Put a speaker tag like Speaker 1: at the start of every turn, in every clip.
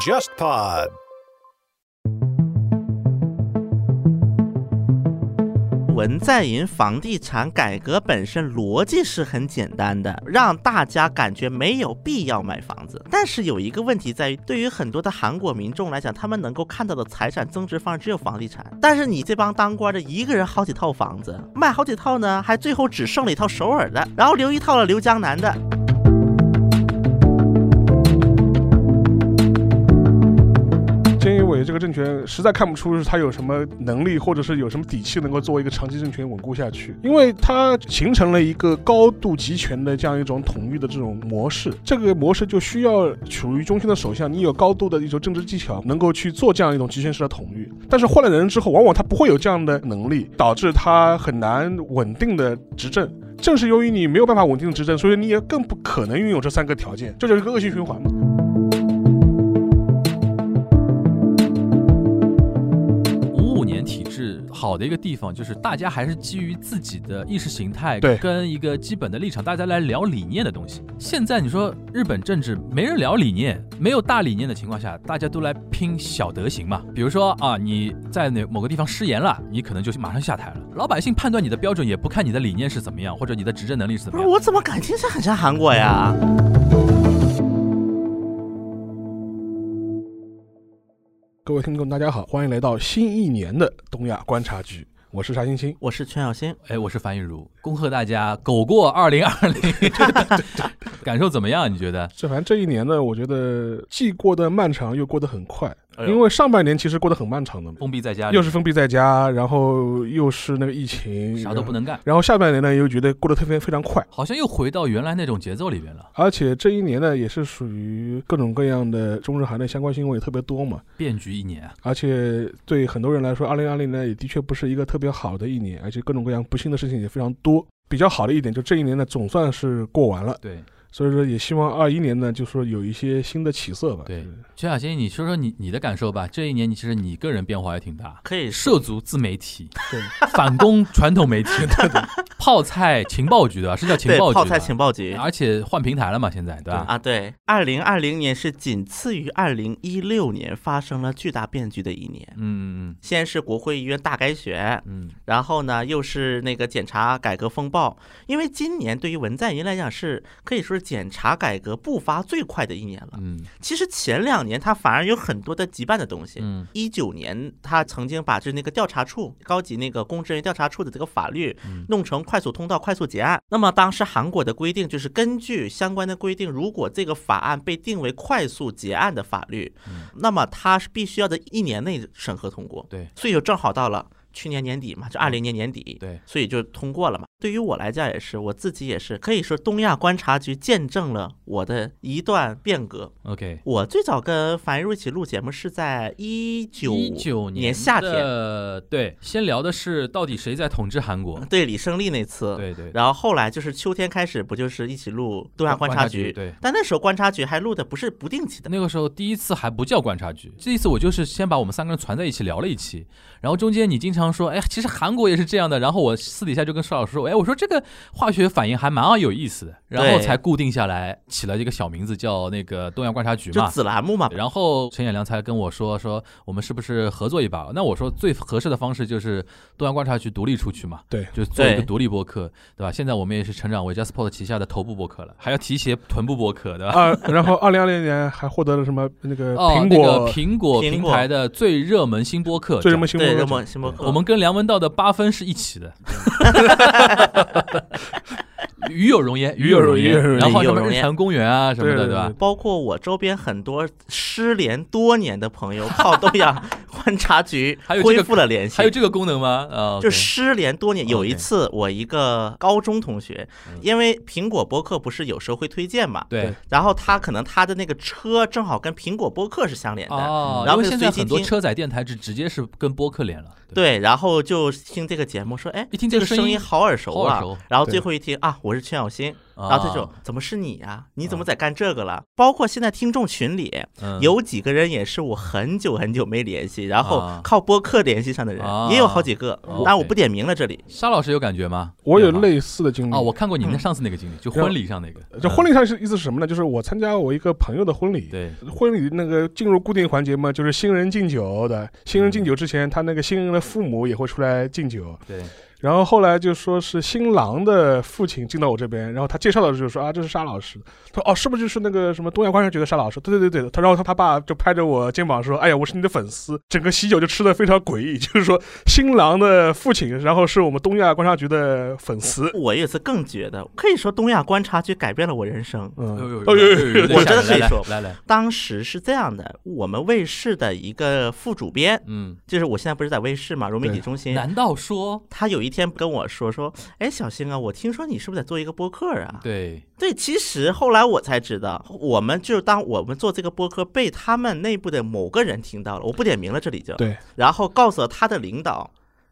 Speaker 1: JustPod。
Speaker 2: 文在寅房地产改革本身逻辑是很简单的，让大家感觉没有必要买房子。但是有一个问题在于，对于很多的韩国民众来讲，他们能够看到的财产增值方式只有房地产。但是你这帮当官的，一个人好几套房子，卖好几套呢，还最后只剩了一套首尔的，然后留一套了留江南的。
Speaker 3: 菅义伟这个政权实在看不出他有什么能力，或者是有什么底气能够作为一个长期政权稳固下去，因为他形成了一个高度集权的这样一种统御的这种模式。这个模式就需要处于中心的首相，你有高度的一种政治技巧，能够去做这样一种集权式的统御。但是换了人之后，往往他不会有这样的能力，导致他很难稳定的执政。正是由于你没有办法稳定的执政，所以你也更不可能拥有这三个条件，这就是个恶性循环嘛。
Speaker 4: 体制好的一个地方就是大家还是基于自己的意识形态，
Speaker 3: 对，
Speaker 4: 跟一个基本的立场，大家来聊理念的东西。现在你说日本政治没人聊理念，没有大理念的情况下，大家都来拼小德行嘛。比如说啊，你在哪某个地方失言了，你可能就马上下台了。老百姓判断你的标准也不看你的理念是怎么样，或者你的执政能力是怎么样。
Speaker 2: 我怎么感觉这很像韩国呀？
Speaker 3: 各位听众，大家好，欢迎来到新一年的东亚观察局，我是沙欣欣，
Speaker 2: 我是全小新，
Speaker 4: 哎，我是樊玉茹，恭贺大家狗过二零二零， 感受怎么样？你觉得？
Speaker 3: 这反正这一年呢，我觉得既过得漫长，又过得很快，因为上半年其实过得很漫长的，
Speaker 4: 封闭在家里，
Speaker 3: 又是封闭在家，然后又是那个疫情，
Speaker 4: 啥都不能干。
Speaker 3: 然后下半年呢，又觉得过得特别非常快，
Speaker 4: 好像又回到原来那种节奏里面了。
Speaker 3: 而且这一年呢，也是属于各种各样的中日韩的相关新闻也特别多嘛，
Speaker 4: 变局一年。啊
Speaker 3: 而且对很多人来说，二零二零呢也的确不是一个特别好的一年，而且各种各样不幸的事情也非常多。比较好的一点，就这一年呢，总算是过完了。
Speaker 4: 对。
Speaker 3: 所以说，也希望二一年呢，就说有一些新的起色吧。
Speaker 4: 对，薛小新，你说说你你的感受吧。这一年，你其实你个人变化也挺大，
Speaker 2: 可以
Speaker 4: 涉足自媒体，
Speaker 3: 对，
Speaker 4: 反攻传 统媒体，
Speaker 3: 对对
Speaker 4: 泡菜情报局对吧？是叫情报局，
Speaker 2: 泡菜情报局，
Speaker 4: 而且换平台了嘛，现在对吧？
Speaker 2: 啊，对，二零二零年是仅次于二零一六年发生了巨大变局的一年。
Speaker 4: 嗯
Speaker 2: 先是国会议院大改选，
Speaker 4: 嗯
Speaker 2: 然后呢，又是那个检察改革风暴。因为今年对于文在寅来讲是可以说是检察改革步伐最快的一年了。
Speaker 4: 嗯
Speaker 2: 其实前两年他反而有很多的羁绊的东西。
Speaker 4: 嗯
Speaker 2: 一九年，他曾经把这那个调查处高级那个公职人员调查处的这个法律
Speaker 4: 嗯
Speaker 2: 弄成快速通道、快速结案。那么当时韩国的规定就是根据相关的规定，如果这个法案被定为快速结案的法律，
Speaker 4: 嗯
Speaker 2: 那么它是必须要在一年内审核通过。
Speaker 4: 对，
Speaker 2: 所以就正好到了。去年年底嘛，就二零年年底，
Speaker 4: 嗯对
Speaker 2: 所以就通过了嘛。对于我来讲也是，我自己也是，可以说东亚观察局见证了我的一段变革。
Speaker 4: 嗯，OK。
Speaker 2: 我最早跟樊一茹一起录节目是在一九
Speaker 4: 一九
Speaker 2: 年夏天，
Speaker 4: 呃，对，先聊的是到底谁在统治韩国？
Speaker 2: 对李胜利那次。
Speaker 4: 对对，
Speaker 2: 呃然后后来就是秋天开始，不就是一起录东亚观察局？
Speaker 4: 对。
Speaker 2: 但那时候观察局还录的不是不定期的，
Speaker 4: 那个时候第一次还不叫观察局，这一次我就是先把我们三个人攒在一起聊了一期，然后中间你经常说，哎，其实韩国也是这样的，然后我私底下就跟邵老师说，哎，我说这个化学反应还蛮有意思的，然后
Speaker 2: 对
Speaker 4: 才固定下来，起了一个小名字叫那个东亚观察局
Speaker 2: 就
Speaker 4: 嘛。
Speaker 2: 子栏目嘛。
Speaker 4: 然后陈彦良才跟我说说我们是不是合作一把？那我说最合适的方式就是东亚观察局独立出去嘛，
Speaker 3: 对
Speaker 4: 就做一个
Speaker 2: 对
Speaker 4: 独立播客，对吧？现在我们也是成长为 JustPod 旗下的头部播客了，还要提携臀部播客，对吧？
Speaker 3: 二， 然后二零二零年还获得了什么那个
Speaker 4: 哦
Speaker 3: 呃苹，
Speaker 4: 那个
Speaker 3: 果
Speaker 4: 苹果
Speaker 2: 苹
Speaker 4: 平
Speaker 2: 果
Speaker 4: 台的最热门新播客，
Speaker 3: 最热门啊新闻
Speaker 2: 对，热
Speaker 3: 的奖，
Speaker 2: 播新播客，
Speaker 4: 我们跟梁文道的八分是一 起的。与有荣焉，与有荣
Speaker 3: 与有荣
Speaker 4: 焉。
Speaker 3: 焉
Speaker 4: 然后
Speaker 2: 与
Speaker 4: 什
Speaker 2: 有
Speaker 4: 么
Speaker 2: 荣
Speaker 4: 日
Speaker 2: 焉
Speaker 4: 坛公园啊什么的，
Speaker 3: 对
Speaker 4: 对吧
Speaker 3: 对？
Speaker 2: 包括我周边很多失联多年的朋友，靠东亚 观察局
Speaker 4: 还有这个
Speaker 2: 恢复了联系。
Speaker 4: 还有这哦个功能吗？啊，
Speaker 2: 就
Speaker 4: OK
Speaker 2: 失联多年，有一次我一个高中同学，因为苹果播客不是有时候会推荐嘛，
Speaker 4: 嗯对
Speaker 2: 然后他可能他的那个车正好跟苹果播客是相连的，
Speaker 4: 哦，
Speaker 2: 嗯然后
Speaker 4: 因为现在
Speaker 2: 可以随机
Speaker 4: 很多
Speaker 2: 听
Speaker 4: 车载电台是直接是跟播客连了。，
Speaker 2: 对，然后就听这个节目说，哎，
Speaker 4: 一听
Speaker 2: 这
Speaker 4: 这
Speaker 2: 个
Speaker 4: 个声
Speaker 2: 声音
Speaker 4: 音
Speaker 2: 好耳熟
Speaker 4: 好耳
Speaker 2: 啊
Speaker 4: 熟，
Speaker 2: 然后最
Speaker 3: 对
Speaker 2: 后一听啊，我是全小新，
Speaker 4: 啊
Speaker 2: 然后他就怎么是你呀、你怎么在干这个了？包括现在听众群里
Speaker 4: 嗯
Speaker 2: 有几个人也是我很久很久没联系，然后
Speaker 4: 啊
Speaker 2: 靠播客联系上的人
Speaker 4: 啊
Speaker 2: 也有好几个
Speaker 4: 哦，
Speaker 2: 但我不点名了这里。
Speaker 4: 沙老师有感觉吗？
Speaker 3: 我有
Speaker 4: 吗
Speaker 3: 类嗯似的经历
Speaker 4: 啊，我看过你那上次那个经历，就婚礼上那个，
Speaker 3: 这
Speaker 4: 嗯
Speaker 3: 婚礼上是意思是什么呢？就是我参加我一个朋友的婚礼，
Speaker 4: 对，
Speaker 3: 婚礼那个进入固定环节嘛，就是新人敬酒的。新人敬酒之前，他那个新人的父母也会出来敬酒。
Speaker 4: 对，
Speaker 3: 然后后来就说是新郎的父亲进到我这边，然后他介绍的时候说啊，这是沙老师。他说哦，是不是就是那个什么东亚观察局的沙老师？对对对对。他然后他他爸就拍着我肩膀说，哎呀，我是你的粉丝。整个喜酒就吃的非常诡异，就是说新郎的父亲，然后是我们东亚观察局的粉丝。
Speaker 2: 我有一次更觉得，可以说东亚观察局改变了我人生。
Speaker 4: 哎呦
Speaker 3: 嗯，
Speaker 4: 呦
Speaker 3: 哎呦呦
Speaker 4: 呦有点
Speaker 2: 我真的
Speaker 4: 吓人
Speaker 2: 可以
Speaker 4: 来
Speaker 2: 说
Speaker 4: 来来来，
Speaker 2: 当时是这样的，我们卫视的一个副主编，
Speaker 4: 嗯，
Speaker 2: 就是我现在不是在卫视嘛，融媒体中心。
Speaker 4: 难道说
Speaker 2: 他有一天跟我说说，哎，小星啊，我听说你是不是在做一个播客啊？
Speaker 4: 对
Speaker 2: 对，其实后来我才知道，我们就当我们做这个播客被他们内部的某个人听到了，我不点名了，这里就
Speaker 3: 对，
Speaker 2: 然后告诉了他的领导，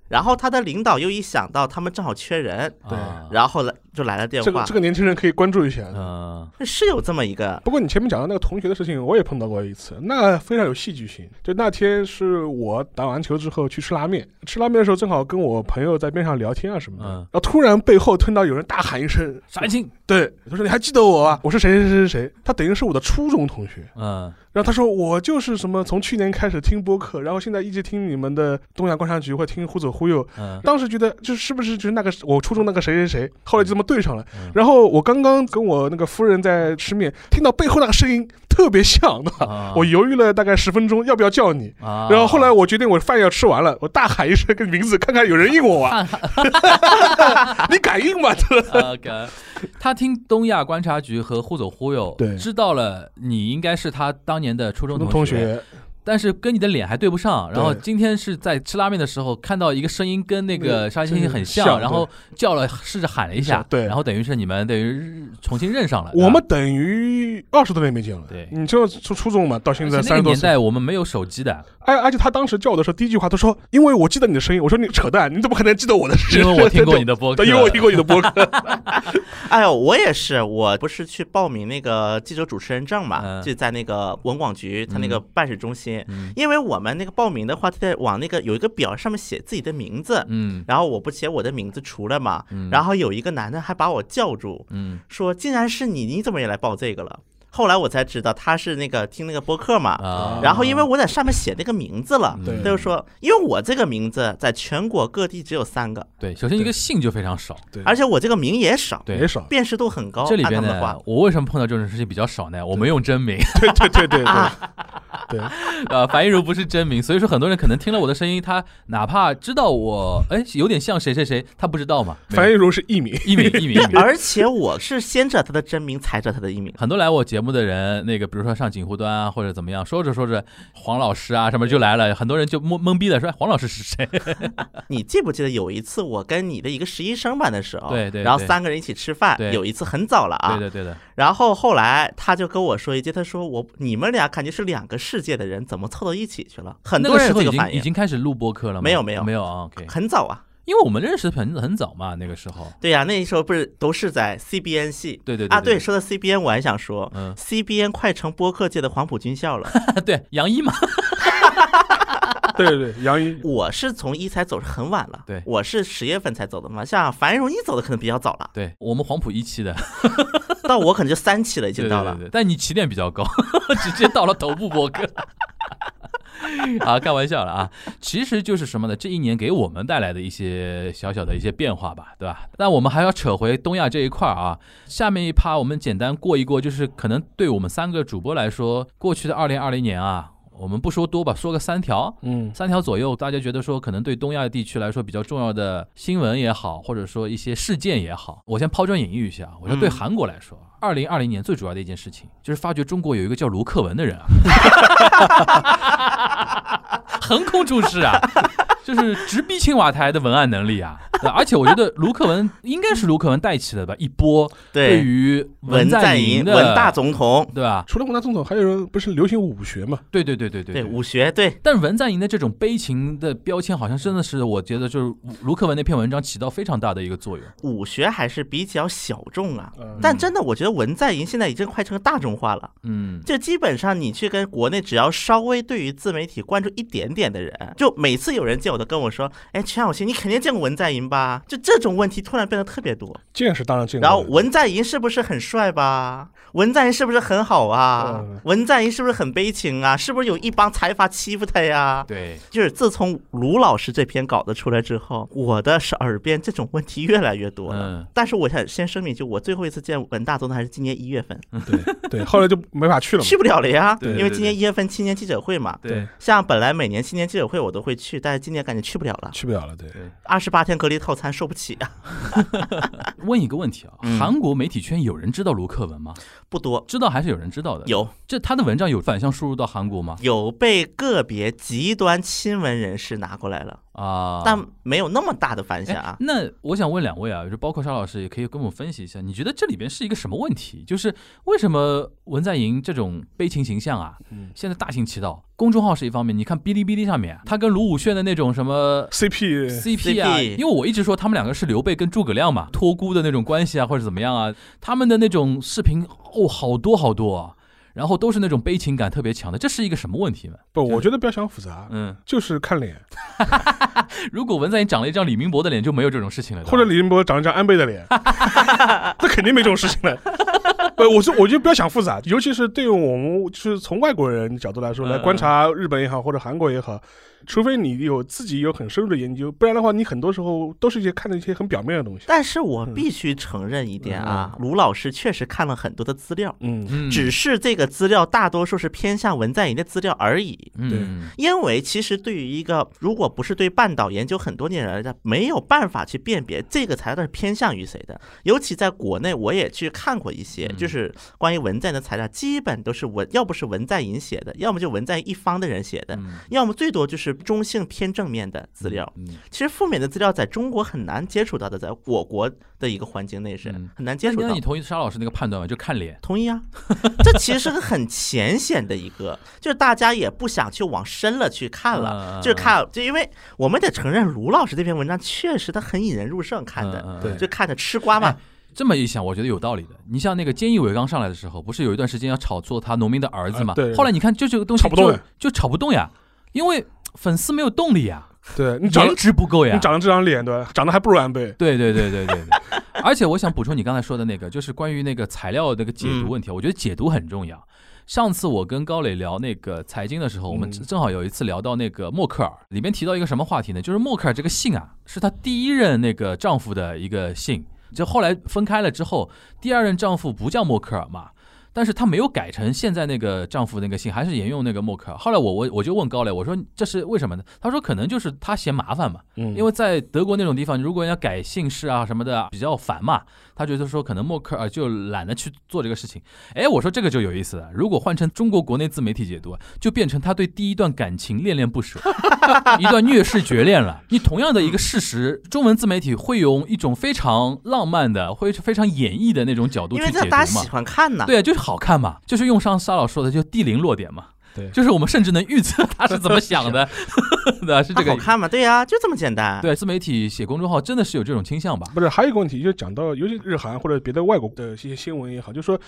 Speaker 2: 然后他的领导又一想到他们正好缺人，
Speaker 3: 对
Speaker 4: 啊
Speaker 2: 然后来就来了电
Speaker 3: 这个
Speaker 2: 话
Speaker 3: 这，个年轻人可以关注一下。
Speaker 4: 嗯
Speaker 2: 是有这么一个
Speaker 3: 不过你前面讲到那个同学的事情，我也碰到过一次，那非常有戏剧性。就那天是我打完球之后去吃拉面，吃拉面的时候正好跟我朋友在边上聊天啊什么的，
Speaker 4: 嗯
Speaker 3: 然后突然背后听到有人大喊一声
Speaker 4: 杀青，
Speaker 3: 对，他说你还记得我啊？我是谁谁谁谁谁，他等于是我的初中同学。
Speaker 4: 嗯
Speaker 3: 然后他说我就是什么从去年开始听播客，然后现在一直听你们的东亚观察局或听忽左忽右，
Speaker 4: 嗯
Speaker 3: 当时觉得就是是不是就是那个我初中那个谁谁谁，后来就这么对上了
Speaker 4: 嗯。
Speaker 3: 然后我刚刚跟我那个夫人在吃面，听到背后那个声音特别像的，
Speaker 4: 啊
Speaker 3: 我犹豫了大概十分钟要不要叫你。
Speaker 4: 啊，
Speaker 3: 然后后来我决定我饭要吃完了，我大喊一声跟名字，看看有人应我 吧。你敢应吗？
Speaker 4: 啊 OK，他听东亚观察局和忽左忽右，
Speaker 3: 对
Speaker 4: 知道了你应该是他当年的初中
Speaker 3: 同
Speaker 4: 学，
Speaker 3: 学，
Speaker 4: 但是跟你的脸还对不上。然后
Speaker 3: 对
Speaker 4: 今天是在吃拉面的时候看到一个声音跟那
Speaker 3: 那
Speaker 4: 个
Speaker 3: 个
Speaker 4: 沙欣很像，
Speaker 3: 像
Speaker 4: 然后叫了试着喊了一下
Speaker 3: 是，啊对
Speaker 4: 然后等于是你们等于重新认上了。
Speaker 3: 我
Speaker 4: 对吧
Speaker 3: 们等于二十多年没见了。
Speaker 4: 对
Speaker 3: 你就从初中嘛到现在
Speaker 4: 而且
Speaker 3: 三
Speaker 4: 那
Speaker 3: 十
Speaker 4: 个
Speaker 3: 多
Speaker 4: 年
Speaker 3: 岁。哎
Speaker 4: 代我们没有手 机的，
Speaker 3: 而而且他当时叫我的时候，第一句话他说：“因为我记得你的声音。”我说：“你扯淡，你怎么可能记得我的声
Speaker 4: 因
Speaker 3: 音？”
Speaker 4: 为我听过你
Speaker 3: 的，
Speaker 4: 的播客，
Speaker 3: 对，因为我听过你的播客。
Speaker 2: 哎呦，我也是，我不是去报名那个记者主持人证嘛，
Speaker 4: 嗯
Speaker 2: 就在那个文广局他那个办事中心，
Speaker 4: 嗯
Speaker 2: 因为我们那个报名的话，他在往那个有一个表上面写自己的名字，
Speaker 4: 嗯
Speaker 2: 然后我不写我的名字出来嘛，
Speaker 4: 嗯
Speaker 2: 然后有一个男的还把我叫住，
Speaker 4: 嗯
Speaker 2: 说竟然是你，你怎么也来报这个了？后来我才知道他是那个听那个播客嘛，
Speaker 4: 啊，嗯
Speaker 2: 然后因为我在上面写那个名字了，
Speaker 4: 对
Speaker 2: 他就说，因为我这个名字在全国各地只有三个，
Speaker 4: 对，首先一个姓就非常少，
Speaker 3: 对
Speaker 2: 而且我这个名也少，
Speaker 4: 对
Speaker 3: 没少。
Speaker 2: 辨识度很高。
Speaker 4: 这里
Speaker 2: 哦按
Speaker 4: 边
Speaker 2: 他们的话
Speaker 4: 呢，，我为什么碰到这种事情比较少呢？我们用真名，
Speaker 3: 对对对对对，对，
Speaker 4: 呃，樊一茹不是真名，所以说很多人可能听了我的声音，他哪怕知道我，哎，有点像谁谁谁，他不知道嘛。
Speaker 3: 樊一茹是艺名，
Speaker 4: 一米一米一 米，
Speaker 2: 而且我是先知道他的真名，才知道他的艺名。
Speaker 4: 很多来我节目的人，那个比如说上锦湖端啊，或者怎么样，说着说着，黄老师啊什么就来了，很多人就懵懵逼了，说哎黄老师是谁？
Speaker 2: 你记不记得有一次我跟你的一个实习生班的时候，
Speaker 4: 对对
Speaker 2: 然后
Speaker 4: 对
Speaker 2: 三个人一起吃饭
Speaker 4: 对，
Speaker 2: 有一次很早了啊
Speaker 4: 对，的对的，
Speaker 2: 然后后来他就跟我说一句，他说我你们俩感觉是两个世界的人，怎么凑到一起去了？很
Speaker 4: 那
Speaker 2: 多
Speaker 4: 个
Speaker 2: 人
Speaker 4: 时
Speaker 2: 有这个
Speaker 4: 候已经
Speaker 2: 反
Speaker 4: 已
Speaker 2: 应，
Speaker 4: 经开始录播客了吗？
Speaker 2: 没有没有
Speaker 4: 没有啊，OK，
Speaker 2: 很早啊。
Speaker 4: 因为我们认识很很早嘛，那个时 候，
Speaker 2: 对呀、那时候不是都是在 CBN 系。
Speaker 4: 对对
Speaker 2: 啊，
Speaker 4: 对
Speaker 2: 对，，说到 CBN，我还想说、
Speaker 4: 嗯
Speaker 2: c b n 快成播客界的黄埔军校 了。
Speaker 4: 对杨一嘛，
Speaker 3: 对对对，杨一，
Speaker 2: 我是从一才走是很晚了，
Speaker 4: 对，
Speaker 2: 我是十月份才走的嘛。像樊荣，你走的可能比较早了
Speaker 4: 对我们黄埔一期的，
Speaker 2: 到我可能就三期了，已
Speaker 4: 对
Speaker 2: 经
Speaker 4: 对
Speaker 2: 到
Speaker 4: 对
Speaker 2: 了。
Speaker 4: 对，但你起点比较高， 直接到了头部播客。 啊，开玩笑了啊！其实就是什么呢？这一年给我们带来的一些小小的一些变化吧，对吧？但我们还要扯回东亚这一块儿啊。下面一趴我们简单过一过，就是可能对我们三个主播来说，过去的二零二零年啊，我们不说多吧，说个三条，
Speaker 3: 嗯，
Speaker 4: 三条左右，大家觉得说可能对东亚地区来说比较重要的新闻也好，或者说一些事件也好，我先抛砖引玉一下。啊我说对
Speaker 2: 嗯
Speaker 4: 韩国来说，啊二零二零年最主要的一件事情就是发觉中国有一个叫 卢克文的人啊，横空出世啊。就是直逼青瓦台的文案能力啊！对而且我觉得卢克文应该是卢克文带起的吧，一波对
Speaker 2: 对，
Speaker 4: 于
Speaker 2: 文
Speaker 4: 在
Speaker 2: 在寅
Speaker 4: 的
Speaker 2: 文大总统，
Speaker 4: 对吧？
Speaker 3: 除了文大总统，还有人不是流行武学嘛？
Speaker 4: 对对对对对
Speaker 2: 对武学，对
Speaker 4: 但文在寅的这种悲情的标签，好像真的是我觉得就是卢克文那篇文章起到非常大的一个作用。
Speaker 2: 武学还是比较小众啊。
Speaker 3: 嗯
Speaker 2: 但真的，我觉得文在寅现在已经快成大众化了。
Speaker 4: 嗯，
Speaker 2: 就基本上你去跟国内只要稍微对于自媒体关注一点点的人，就每次有人见我都跟我说：“哎，陈小新，你肯定见过文在寅吧？”就这种问题突然变得特别多。
Speaker 3: 见识当然见过
Speaker 2: 然
Speaker 3: 了，
Speaker 2: 后文在寅是不是很帅吧？文在寅是不是很好啊
Speaker 3: 嗯？
Speaker 2: 文在寅是不是很悲情啊？是不是有一帮财阀欺负他呀？
Speaker 4: 对，
Speaker 2: 就是自从卢老师这篇稿子出来之后，我的是耳边这种问题越来越多了。
Speaker 4: 嗯，
Speaker 2: 但是我想先声明，就我最后一次见文大总统还是今年一月份，
Speaker 3: 对，后来就没法去了嘛。
Speaker 2: 去不了了呀，
Speaker 4: 对对
Speaker 2: 因为
Speaker 4: 对
Speaker 2: 今年一月份青年记者会嘛。
Speaker 4: 对，
Speaker 2: 像本来每年青年记者会我都会去，但是今年感觉去不了了，
Speaker 3: 去不了了，对，
Speaker 2: 二十八天隔离套餐受不起啊，
Speaker 4: 问一个问题啊，
Speaker 2: 嗯
Speaker 4: 韩国媒体圈有人知道卢克文吗？
Speaker 2: 不多。
Speaker 4: 知道还是有人知道的。，
Speaker 2: 有
Speaker 4: 这他的文章有反向输入到韩国吗？
Speaker 2: 有被个别极端亲文人士拿过来了，
Speaker 4: 啊，
Speaker 2: 但没有那么大的反响
Speaker 4: 哎
Speaker 2: 啊。
Speaker 4: 那我想问两位啊，就包括沙老师，也可以跟我们分析一下，你觉得这里边是一个什么问题？就是为什么文在寅这种悲情形象啊，
Speaker 3: 嗯
Speaker 4: 现在大行其道？公众号是一方面，你看哔哩哔哩上面啊，他跟卢武铉的那种什么
Speaker 3: CP
Speaker 4: CP 啊，
Speaker 2: CP
Speaker 4: 因为我一直说他们两个是刘备跟诸葛亮嘛，托孤的那种关系啊，或者怎么样啊，他们的那种视频哦，好多好多啊。然后都是那种悲情感特别强的，这是一个什么问题呢？
Speaker 3: 不，我觉得不要想复杂，
Speaker 4: 嗯，
Speaker 3: 就是看脸，
Speaker 4: 如果文在寅长了一张李明博的脸，就没有这种事情了。对吧
Speaker 3: 或者李云博长一张安倍的脸， 那肯定没这种事情了。不，我说我就不要想复杂，尤其是对于我们就是从外国人角度来说，
Speaker 4: 嗯
Speaker 3: 来观察日本也好或者韩国也好，除非你有自己有很深入的研究，不然的话，你很多时候都是一些看的一些很表面的东西。
Speaker 2: 但是我
Speaker 4: 嗯
Speaker 2: 必须承认一点啊，卢老师确实看了很多的资料，
Speaker 3: 嗯，
Speaker 4: 嗯，
Speaker 2: 只是这个资料大多数是偏向文在寅的资料而已。
Speaker 4: 嗯，
Speaker 2: 因为其实对于一个如果不是对半岛研究很多年的人，没有办法去辨别这个材料是偏向于谁的。尤其在国内，我也去看过一些，
Speaker 4: 嗯
Speaker 2: 就是关于文在寅的材料，基本都是文，要不是文在寅写的，要么就文在寅一方的人写的，
Speaker 4: 嗯
Speaker 2: 要么最多就是中性偏正面的资料。
Speaker 4: 嗯，
Speaker 2: 其实负面的资料在中国很难接触到的，在我国的一个环境内是
Speaker 4: 嗯
Speaker 2: 很难接
Speaker 4: 那
Speaker 2: 触
Speaker 4: 那
Speaker 2: 到
Speaker 4: 你。同意沙老师那个判断吗？就看脸。
Speaker 2: 同意啊， 这其实是个很浅显的一个，就是大家也不想去往深了去看了。
Speaker 4: 了
Speaker 2: 就是看，就因为我们得承认，卢老师这篇文章确实他很引人入胜，看
Speaker 4: 嗯
Speaker 2: 的、
Speaker 3: 对
Speaker 2: 就看着吃瓜
Speaker 4: 哎
Speaker 2: 嘛。
Speaker 4: 这么一想，我觉得有道理的。你像那个菅义伟刚上来的时候，不是有一段时间要炒作他农民的儿子
Speaker 3: 啊
Speaker 4: 嘛？
Speaker 3: 对
Speaker 4: 后来你看，就这个东西
Speaker 3: 炒不动
Speaker 4: 就
Speaker 3: 呀
Speaker 4: 就炒不动呀，因为粉丝没有动力呀，
Speaker 3: 对你长
Speaker 4: 颜值不够呀
Speaker 3: 你。长得这张脸，对吧？长得还不如安倍。
Speaker 4: 对对对对对对，而且我想补充你刚才说的那个，就是关于那个材料那个解读问题，我觉得解读很重要。上次我跟高磊聊那个财经的时候，我们
Speaker 3: 嗯
Speaker 4: 正好有一次聊到那个默克尔，里面提到一个什么话题呢？就是默克尔这个姓啊，是她第一任那个丈夫的一个姓，就后来分开了之后，第二任丈夫不叫默克尔嘛，但是她没有改成现在那个丈夫那个姓，还是沿用那个默克尔。后来我我我就问高磊，我说这是为什么呢？他说可能就是她嫌麻烦嘛，
Speaker 3: 嗯
Speaker 4: 因为在德国那种地方，如果人家改姓氏啊什么的比较烦嘛，他觉得说可能默克尔就懒得去做这个事情。哎，我说这个就有意思了。如果换成中国国内自媒体解读，就变成他对第一段感情恋恋不舍， 一段虐世绝恋了。你同样的一个事实，中文自媒体会用一种非常浪漫的，会非常演绎的那种角度
Speaker 2: 因
Speaker 4: 去
Speaker 2: 为
Speaker 4: 解
Speaker 2: 这
Speaker 4: 读
Speaker 2: 大家
Speaker 4: 嘛
Speaker 2: 喜。欢看呐，
Speaker 4: 对，就是好看嘛，就是用上沙老说的，就地灵落点嘛。
Speaker 3: 对
Speaker 4: 就是我们甚至能预测他是怎么想的， 对吧？是
Speaker 2: 它
Speaker 4: 这个
Speaker 2: 好看嘛，对呀、就这么简单。，
Speaker 4: 对，自媒体写公众号真的是有这种倾向吧？
Speaker 3: 不是，还有一个问题，就讲到尤其日韩或者别的外国的一些新闻也好，就是说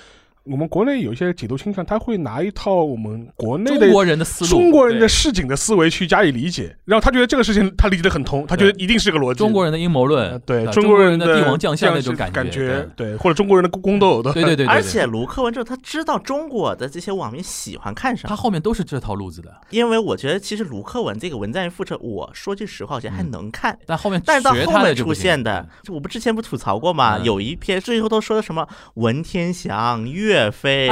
Speaker 3: 我们国内有一些解读倾向，他会拿一套我们国内的
Speaker 4: 中。国人的思路，
Speaker 3: 中国人的
Speaker 4: 对
Speaker 3: 市井的思维去加以理解，然后他觉得这个事情他理解得很通，他觉得一定是个逻辑。
Speaker 4: 中国人的阴谋
Speaker 3: 呃
Speaker 4: 论，
Speaker 3: 对
Speaker 4: 吧
Speaker 3: 中
Speaker 4: 中
Speaker 3: 国
Speaker 4: 人
Speaker 3: 人
Speaker 4: 帝王将
Speaker 3: 相
Speaker 4: 相那种
Speaker 3: 感
Speaker 4: 觉，
Speaker 3: 觉，对，或者中国人的宫宫斗， 对吧
Speaker 4: 对对对对对，
Speaker 2: 而且卢克文之后，他知道中国的这些网民喜欢看啥
Speaker 4: 他，后面都是这套路子的，
Speaker 2: 因为我觉得其实卢克文这个文在寅复仇，我说句实话，我觉得还
Speaker 4: 嗯
Speaker 2: 能看。
Speaker 4: 但后面
Speaker 2: 但是到
Speaker 4: 学
Speaker 2: 后
Speaker 4: 他
Speaker 2: 面
Speaker 4: 的就
Speaker 2: 出
Speaker 4: 不行
Speaker 2: 现的，，就我不之前不吐槽过嘛，
Speaker 4: 嗯
Speaker 2: 有一篇最后都说的什么文天祥、岳岳飞、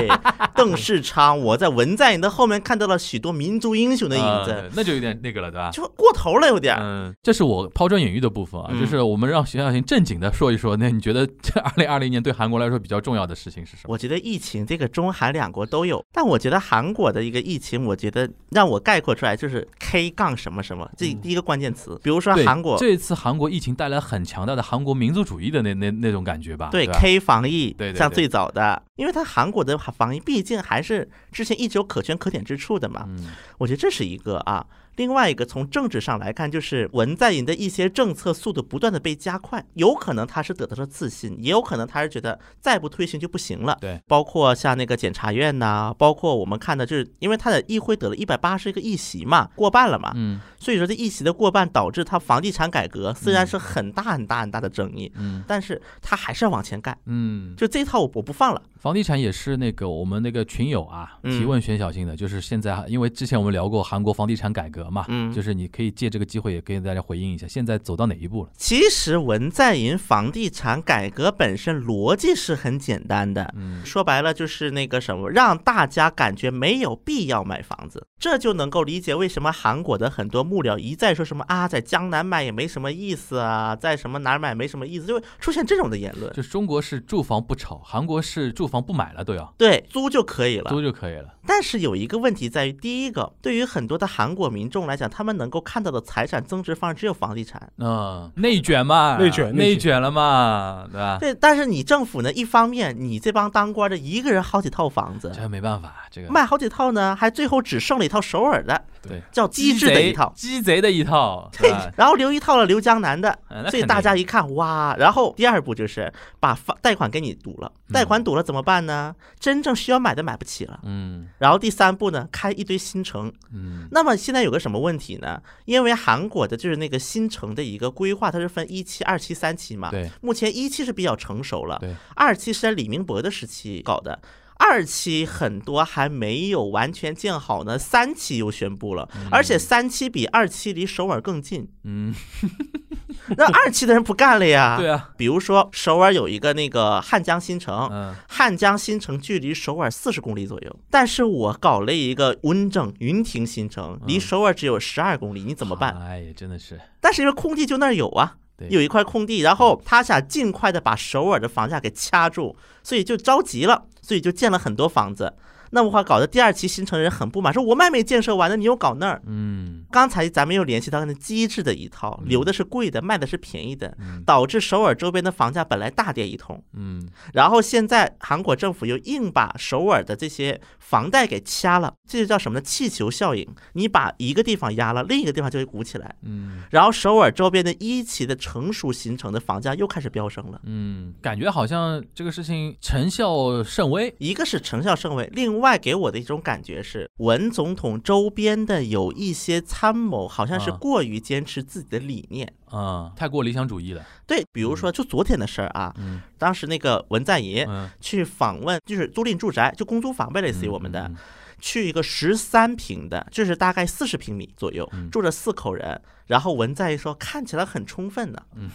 Speaker 2: 邓世昌，我在文在寅的后面看到了许多民族英雄的影子，
Speaker 4: 呃那就有点那个了，对吧？
Speaker 2: 就过头了有点儿。
Speaker 4: 嗯，这是我抛砖引玉的部分啊，
Speaker 2: 嗯
Speaker 4: 就是我们让徐小新正经的说一说，那你觉得这二零二零年对韩国来说比较重要的事情是什么？
Speaker 2: 我觉得疫情这个中韩两国都有，但我觉得韩国的一个疫情，我觉得让我概括出来就是 K 杠什么什么，这第一个关键词。比如说
Speaker 4: 嗯对
Speaker 2: 韩国
Speaker 4: 这一次韩国疫情带来很强大的韩国民族主义的那那那种感觉吧？
Speaker 2: 对
Speaker 4: 吧
Speaker 2: K 防疫，
Speaker 4: 对对
Speaker 2: 像
Speaker 4: 对
Speaker 2: 最早的，因为它韩国的防疫毕竟还是之前一直有可圈可点之处的嘛，
Speaker 4: 嗯
Speaker 2: 我觉得这是一个啊。另外一个从政治上来看，就是文在寅的一些政策速度不断的被加快，有可能他是得到了自信，也有可能他是觉得再不推行就不行了。
Speaker 4: 对，
Speaker 2: 包括像那个检察院呐、包括我们看的，就是因为他的议会得了一百八十个议席嘛，过半了嘛，
Speaker 4: 嗯
Speaker 2: 所以说这议席的过半导致他房地产改革虽然是很大很大很大的争议，
Speaker 4: 嗯
Speaker 2: 但是他还是要往前干。
Speaker 4: 嗯，
Speaker 2: 就这套我我不放了，
Speaker 4: 房地产也是那个我们那个群友啊
Speaker 2: 嗯
Speaker 4: 提问选小新的，就是现在因为之前我们聊过韩国房地产改革嘛，
Speaker 2: 嗯
Speaker 4: 就是你可以借这个机会也给大家回应一下，现在走到哪一步了？
Speaker 2: 其实文在寅房地产改革本身逻辑是很简单的，
Speaker 4: 嗯
Speaker 2: 说白了就是那个什么，让大家感觉没有必要买房子，这就能够理解为什么韩国的很多幕僚一再说什么啊，在江南买也没什么意思啊，在什么哪儿买没什么意思，就会出现这种的言论。
Speaker 4: 就是中国是住房不炒，韩国是住房不买了都要
Speaker 2: 对，租就可以了。
Speaker 4: 租就可以了。
Speaker 2: 但是有一个问题在于，第一个，对于很多的韩国民众来讲，他们能够看到的财产增值方式只有房地产。
Speaker 4: 嗯，内卷嘛，
Speaker 3: 内卷内
Speaker 4: 内
Speaker 3: 卷
Speaker 4: 卷了嘛，对吧？
Speaker 2: 对，但是你政府呢，一方面你这帮当官的一个人好几套房子，
Speaker 4: 这没办法，这个
Speaker 2: 卖好几套呢，还最后只剩了一套首尔的，
Speaker 4: 对，
Speaker 2: 叫机智的一套。
Speaker 4: 鸡贼的一套，对吧？
Speaker 2: 然后留一套了，留江 南的，
Speaker 4: 嗯那
Speaker 2: 所以
Speaker 4: 肯定
Speaker 2: 大家一看哇，然后第二步就是把房贷款给你堵了，贷款堵了怎么办呢？真正需要买的买不起了。
Speaker 4: 嗯
Speaker 2: 然后第三步呢，开一堆新城。
Speaker 4: 嗯
Speaker 2: 那么现在有个什么问题呢？因为韩国的就是那个新城的一个规划，它是分一期、二期、三期嘛。
Speaker 4: 对，
Speaker 2: 目前一期是比较成熟了
Speaker 4: 对，
Speaker 2: 二期是在李明博的时期搞的。二期很多还没有完全建好呢，三期又宣布了，而且三期比二期离首尔更近，
Speaker 4: 嗯，
Speaker 2: 那二期的人不干了呀。
Speaker 4: 对啊，
Speaker 2: 比如说首尔有一个那个汉江新城，
Speaker 4: 嗯
Speaker 2: 汉江新城距离首尔四十公里左右，但是我搞了一个温正云亭新城，
Speaker 4: 嗯
Speaker 2: 离首尔只有十二公里，你怎么办？
Speaker 4: 哎呀，真的是，
Speaker 2: 但是因为空地就那儿有啊
Speaker 4: 对，
Speaker 2: 有一块空地，然后他想尽快的把首尔的房价给掐住，所以就着急了，所以就建了很多房子。那么话搞得第二期新城人很不满，说我们还没建设完呢，你又搞那儿。
Speaker 4: 嗯
Speaker 2: 刚才咱们又联系到那机智的一套，留的是贵的，卖的是便宜的
Speaker 4: 嗯，
Speaker 2: 导致首尔周边的房价本来大跌一通，
Speaker 4: 嗯
Speaker 2: 然后现在韩国政府又硬把首尔的这些房贷给掐了，这就叫什么呢？气球效应。你把一个地方压了，另一个地方就会鼓起来。
Speaker 4: 嗯
Speaker 2: 然后首尔周边的一期的成熟形成的房价又开始飙升了。
Speaker 4: 嗯，感觉好像这个事情成效甚微。
Speaker 2: 一个是成效甚微，另外给我的一种感觉是，文总统周边的有一些参谋好像是
Speaker 4: 啊
Speaker 2: 过于坚持自己的理念，
Speaker 4: 嗯，太过理想主义了。
Speaker 2: 对，比如说就昨天的事儿啊，
Speaker 4: 嗯
Speaker 2: 当时那个文在寅
Speaker 4: 嗯，
Speaker 2: 去访问，就是租赁住宅，就公租房呗，类似于我们的
Speaker 4: 嗯，
Speaker 2: 去一个十三平的，就是大概四十平米左右，
Speaker 4: 嗯
Speaker 2: 住着四口人。然后文在寅说看起来很充分呢，
Speaker 4: 嗯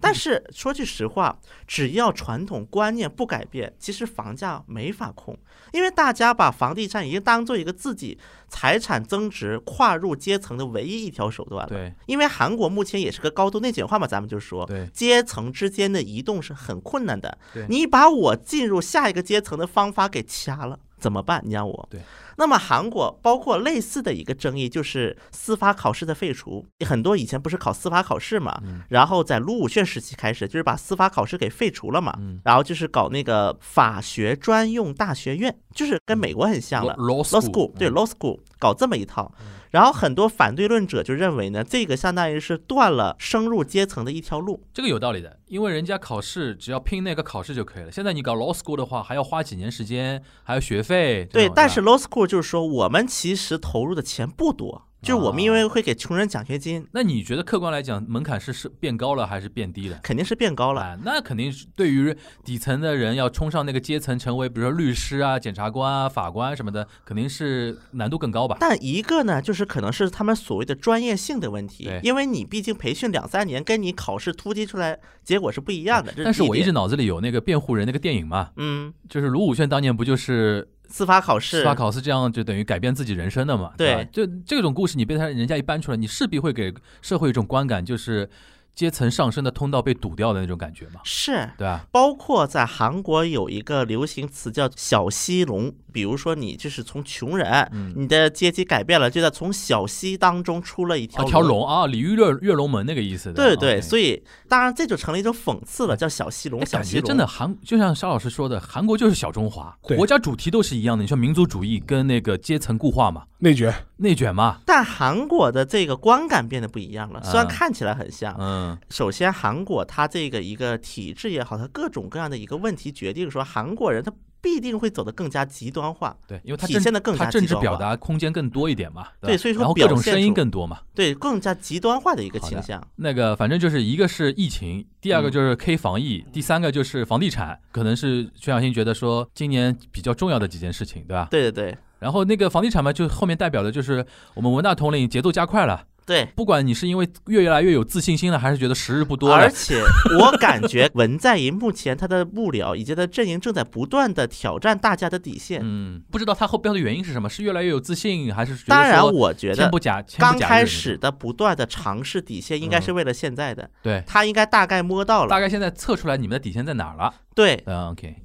Speaker 2: 但是说句实话，只要传统观念不改变，其实房价没法控，因为大家把房地产已经当做一个自己财产增值、跨入阶层的唯一一条手段了。
Speaker 4: 对
Speaker 2: 因为韩国目前也是个高度内卷化嘛，咱们就说，
Speaker 4: 对
Speaker 2: 阶层之间的移动是很困难的
Speaker 4: 对。
Speaker 2: 你把我进入下一个阶层的方法给掐了，怎么办？你让我
Speaker 4: 对。
Speaker 2: 那么韩国包括类似的一个争议就是司法考试的废除，很多以前不是考司法考试嘛，
Speaker 4: 嗯
Speaker 2: 然后在卢武铉时期开始就是把司法考试给废除了嘛，
Speaker 4: 嗯
Speaker 2: 然后就是搞那个法学专用大学院，就是跟美国很像了。
Speaker 4: law 嗯
Speaker 2: law school 对 law school 搞这么一套，然后很多反对论者就认为呢，这个相当于是断了升入阶层的一条路。
Speaker 4: 这个有道理的，因为人家考试只要拼那个考试就可以了。现在你搞 law school 的话，还要花几年时间，还有学费。这
Speaker 2: 对，
Speaker 4: 种
Speaker 2: 但是
Speaker 4: 吧
Speaker 2: law school 就是说我们其实投入的钱不多，就是我们
Speaker 4: 啊
Speaker 2: 因为会给穷人奖学金，
Speaker 4: 那你觉得客观来讲，门槛是是变高了还是变低了？
Speaker 2: 肯定是变高了。
Speaker 4: 啊，那肯定是对于底层的人要冲上那个阶层，成为比如说律师啊、检察官啊、法官什么的，肯定是难度更高吧？
Speaker 2: 但一个呢，就是可能是他们所谓的专业性的问题
Speaker 4: 对，
Speaker 2: 因为你毕竟培训两三年，跟你考试突击出来结果是不一样的。这
Speaker 4: 哎但是
Speaker 2: 第
Speaker 4: 我一
Speaker 2: 点
Speaker 4: 直脑子里有那个辩护人那个电影嘛，
Speaker 2: 嗯，
Speaker 4: 就是卢武铉当年不就是
Speaker 2: 司法考试，
Speaker 4: 司法考试这样就等于改变自己人生的嘛？吧就这种故事你被他人家一搬出来，你势必会给社会一种观感，就是阶层上升的通道被堵掉的那种感觉嘛，
Speaker 2: 是
Speaker 4: 对吧？
Speaker 2: 包括在韩国有一个流行词叫“小西龙”，比如说你就是从穷人，
Speaker 4: 嗯
Speaker 2: 你的阶级改变了，就在从小溪当中出了一条
Speaker 4: 啊，条。龙啊，鲤鱼跃跃龙门那个意思。
Speaker 2: 对
Speaker 4: 吧
Speaker 2: 对，
Speaker 4: OK
Speaker 2: 所以当然这就成了一种讽刺了，叫小西龙、
Speaker 4: 哎
Speaker 2: 小
Speaker 4: 感
Speaker 2: 西
Speaker 4: 觉
Speaker 2: 龙。
Speaker 4: 真的，韩，就像沙老师说的，韩国就是小中华，
Speaker 3: 对
Speaker 4: 国家主题都是一样的。你说民族主义跟那个阶层固化嘛，
Speaker 3: 内卷，
Speaker 4: 内卷嘛，
Speaker 2: 但韩国的这个观感变得不一样了，虽然
Speaker 4: 啊
Speaker 2: 看起来很像。
Speaker 4: 嗯，
Speaker 2: 首先，韩国它这个一个体制也好，它各种各样的一个问题决定说，韩国人他必定会走得更加极端化。
Speaker 4: 对，因为它
Speaker 2: 体
Speaker 4: 政
Speaker 2: 现得更加
Speaker 4: 它政
Speaker 2: 极
Speaker 4: 治
Speaker 2: 端
Speaker 4: 表
Speaker 2: 化
Speaker 4: 达空间更多一点嘛，吧
Speaker 2: 对所以说
Speaker 4: 然后各
Speaker 2: 表
Speaker 4: 种
Speaker 2: 现
Speaker 4: 声音
Speaker 2: 出
Speaker 4: 更多嘛。
Speaker 2: 对，更加极端化的一个
Speaker 4: 好
Speaker 2: 倾
Speaker 4: 的
Speaker 2: 向。
Speaker 4: 那个反正就是一个是疫情，第
Speaker 2: 嗯
Speaker 4: 二个就是 K 防疫，第三个就是房地产，可能是全小新觉得说今年比较重要的几件事情，对吧？
Speaker 2: 对对对
Speaker 4: 然后那个房地产嘛，就后面代表的就是我们文大统领节奏加快了，
Speaker 2: 对，
Speaker 4: 不管你是因为越来越有自信心了，还是觉得时日不多了
Speaker 2: 而，且我感 觉文在寅目前他的幕僚以及他的阵营正在不断的挑战大家的底线。
Speaker 4: 嗯，不知道他后背后的原因是什么，是越来越有自信，还是觉得
Speaker 2: 当然，
Speaker 4: 说
Speaker 2: 我觉
Speaker 4: 天
Speaker 2: 得
Speaker 4: 不假天
Speaker 2: 刚
Speaker 4: 不假日
Speaker 2: 开
Speaker 4: 那
Speaker 2: 始
Speaker 4: 种
Speaker 2: 的不断的尝试底线，应该是为了现在的，
Speaker 4: 对，
Speaker 2: 他应该大概摸到
Speaker 4: 大
Speaker 2: 了。
Speaker 4: 概现在测出来你们的底线在哪儿了。
Speaker 2: 对，
Speaker 4: 嗯，OK。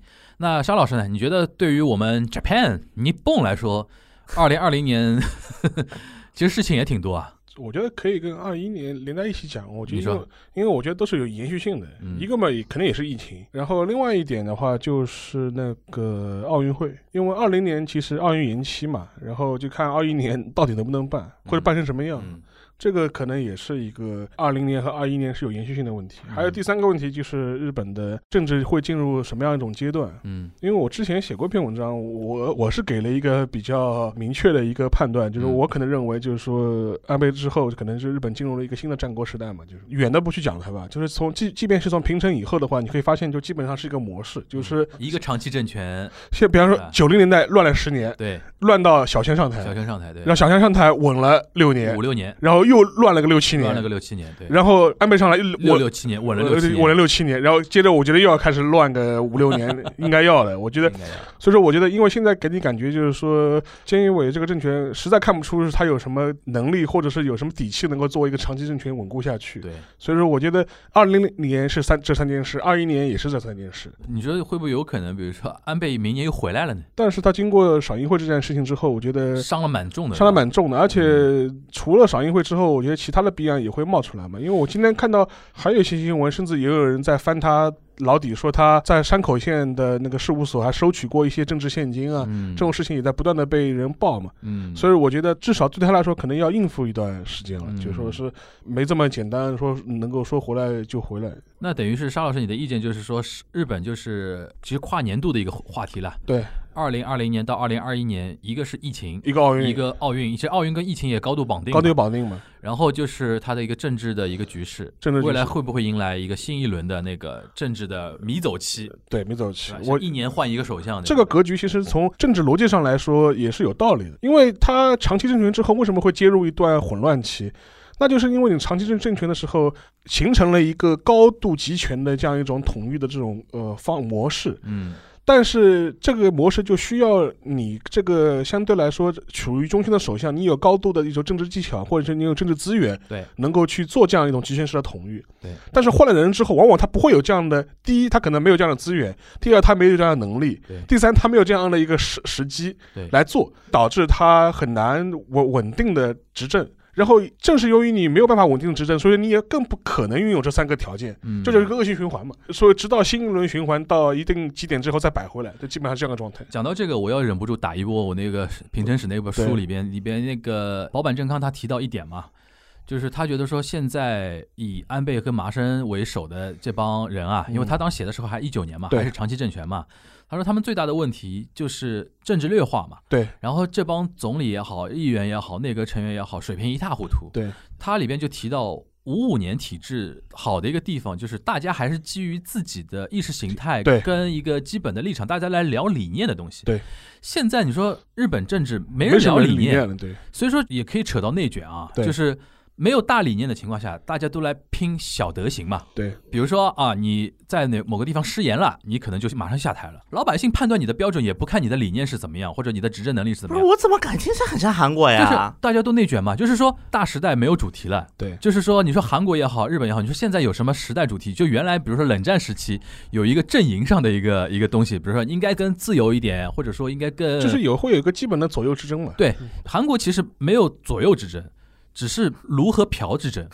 Speaker 4: 那沙老师呢？你觉得对于我们 Japan 你蹦来说，二零二零年 其实事情也挺多啊。
Speaker 3: 我觉得可以跟二一年连在一起讲。我觉得
Speaker 4: 你
Speaker 3: 因为，
Speaker 4: 说
Speaker 3: 因为我觉得都是有延续性的。
Speaker 4: 嗯
Speaker 3: 一个嘛，也肯定也是疫情。然后另外一点的话，就是那个奥运会，因为二零年其实奥运延期嘛，然后就看二一年到底能不能办，或者办成什么样。
Speaker 4: 嗯
Speaker 3: 这个可能也是一个二零年和二一年是有延续性的问题。
Speaker 4: 嗯
Speaker 3: 还有第三个问题就是日本的政治会进入什么样一种阶段？
Speaker 4: 嗯
Speaker 3: 因为我之前写过一篇文章，我我是给了一个比较明确的一个判断，就是
Speaker 4: 嗯
Speaker 3: 我可能认为，就是说安倍之后，可能是日本进入了一个新的战国时代嘛，就是远的不去讲它吧，就是从即即便是从平成以后的话，你可以发现，就基本上是一个模式，就是
Speaker 4: 嗯一个长期政权，
Speaker 3: 像比方说
Speaker 4: 啊
Speaker 3: 九零年代乱了十年，
Speaker 4: 对，
Speaker 3: 乱到小泉上台，
Speaker 4: 小泉上台，对
Speaker 3: 然，后小泉上台稳了六年
Speaker 4: 五，六年，
Speaker 3: 然后又乱了个六七
Speaker 4: 乱了
Speaker 3: 年，
Speaker 4: 个六七年，对，
Speaker 3: 然后安倍上来又
Speaker 4: 六
Speaker 3: 稳
Speaker 4: 六七年，稳了
Speaker 3: 呃
Speaker 4: 六七年，
Speaker 3: 稳了六七年，然后接着我觉得又要开始乱 个五六年，应该要的，我觉得
Speaker 4: 应该要
Speaker 3: 所以说，我觉得，因为现在给你感觉就是说，菅义伟这个政权实在看不出他有什么能力，或者是有什么底气能够作为一个长期政权稳固下去。
Speaker 4: 对。
Speaker 3: 所以说，我觉得二零零年是三这三件事，二一年也是这三件事。
Speaker 4: 你觉得会不会有可能，比如说安倍明年又回来了呢？
Speaker 3: 但是他经过赏樱会这件事情之后，我觉得
Speaker 4: 伤了蛮重的，
Speaker 3: 呃伤的蛮重的。而且
Speaker 4: 嗯
Speaker 3: 除了赏樱会之后，我觉得其他的弊案也会冒出来嘛。因为我今天看到还有一些新闻，甚至也有人在翻他老底，说他在山口县的那个事务所还收取过一些政治现金啊。
Speaker 4: 嗯，
Speaker 3: 这种事情也在不断的被人报嘛。
Speaker 4: 嗯，
Speaker 3: 所以我觉得至少对他来说，可能要应付一段时间了，
Speaker 4: 嗯
Speaker 3: 就说是没这么简单，说能够说回来就回来。
Speaker 4: 那等于是沙老师，你的意见就是说，是日本就是其实跨年度的一个话题了。
Speaker 3: 对，
Speaker 4: 二零二零年到二零二一年，一个是疫情，
Speaker 3: 一个奥运，
Speaker 4: 一个奥运，其实奥运跟疫情也高度绑定嘛。
Speaker 3: 高度绑定嘛，
Speaker 4: 然后就是它的一个政治的一个局势，
Speaker 3: 政治局势
Speaker 4: 未来会不会迎来一个新一轮的那个政治的迷走期？
Speaker 3: 对，没走齐
Speaker 4: 是吧。
Speaker 3: 我
Speaker 4: 像一年换一个首相的，
Speaker 3: 这个格局其实从政治逻辑上来说也是有道理的，因为他长期政权之后为什么会介入一段混乱期？那就是因为你长期政政权的时候，形成了一个高度集权的这样一种统一的这种呃方模式，
Speaker 4: 嗯
Speaker 3: 但是这个模式就需要你这个相对来说处于中心的首相，你有高度的一种政治技巧，或者是你有政治资源，
Speaker 4: 对，
Speaker 3: 能够去做这样一种集权式的统御。
Speaker 4: 对，
Speaker 3: 但是换了人之后，往往他不会有这样的：第一，他可能没有这样的资源；第二，他没有这样的能力
Speaker 4: 对；
Speaker 3: 第三，他没有这样的一个时时机
Speaker 4: 对
Speaker 3: 来做，导致他很难稳稳定的执政。然后正是由于你没有办法稳定地执政，所以你也更不可能拥有这三个条件。
Speaker 4: 嗯，
Speaker 3: 这就是一个恶性循环嘛。所以直到新一轮循环到一定基点之后再摆回来，就基本上是这样的状态。
Speaker 4: 讲到这个，我要忍不住打一波我那个平成史那本书里边，里边那个保坂正康他提到一点嘛，就是他觉得说现在以安倍跟麻生为首的这帮人啊，因为他当时写的时候还一九年
Speaker 3: 嗯
Speaker 4: 嘛，
Speaker 3: 对
Speaker 4: 还是长期政权嘛，他说他们最大的问题就是政治劣化嘛，
Speaker 3: 对，
Speaker 4: 然后这帮总理也好，议员也好，内阁成员也好，水平一塌糊涂，
Speaker 3: 对，
Speaker 4: 它里边就提到。五五年体制好的一个地方就是大家还是基于自己的意识形态
Speaker 3: 对
Speaker 4: 跟一个基本的立场，大家来聊理念的东西。
Speaker 3: 对，
Speaker 4: 现在你说日本政治
Speaker 3: 没
Speaker 4: 没人
Speaker 3: 什
Speaker 4: 聊
Speaker 3: 么
Speaker 4: 理
Speaker 3: 理
Speaker 4: 念，
Speaker 3: 了，对，
Speaker 4: 所以说也可以扯到内卷啊，
Speaker 3: 对
Speaker 4: 就是没有大理念的情况下，大家都来拼小德行嘛。
Speaker 3: 对，
Speaker 4: 比如说啊，你在哪某个地方失言了，你可能就马上下台了。老百姓判断你的标准也不看你的理念是怎么样，或者你的执政能力是怎
Speaker 2: 不
Speaker 4: 么
Speaker 2: 是
Speaker 4: 样，
Speaker 2: 我怎么感觉这很像韩国
Speaker 4: 就是
Speaker 2: 哎呀？
Speaker 4: 大家都内卷嘛。就是说大时代没有主题了。
Speaker 3: 对
Speaker 4: 就是说，你说韩国也好，日本也好，你说现在有什么时代主题？就原来比如说冷战时期有一个阵营上的一个一个东西，比如说应该更自由一点，或者说应该更
Speaker 3: 就是有会有一个基本的左右之争嘛。
Speaker 4: 对，韩国其实没有左右之争，只是卢和朴之争，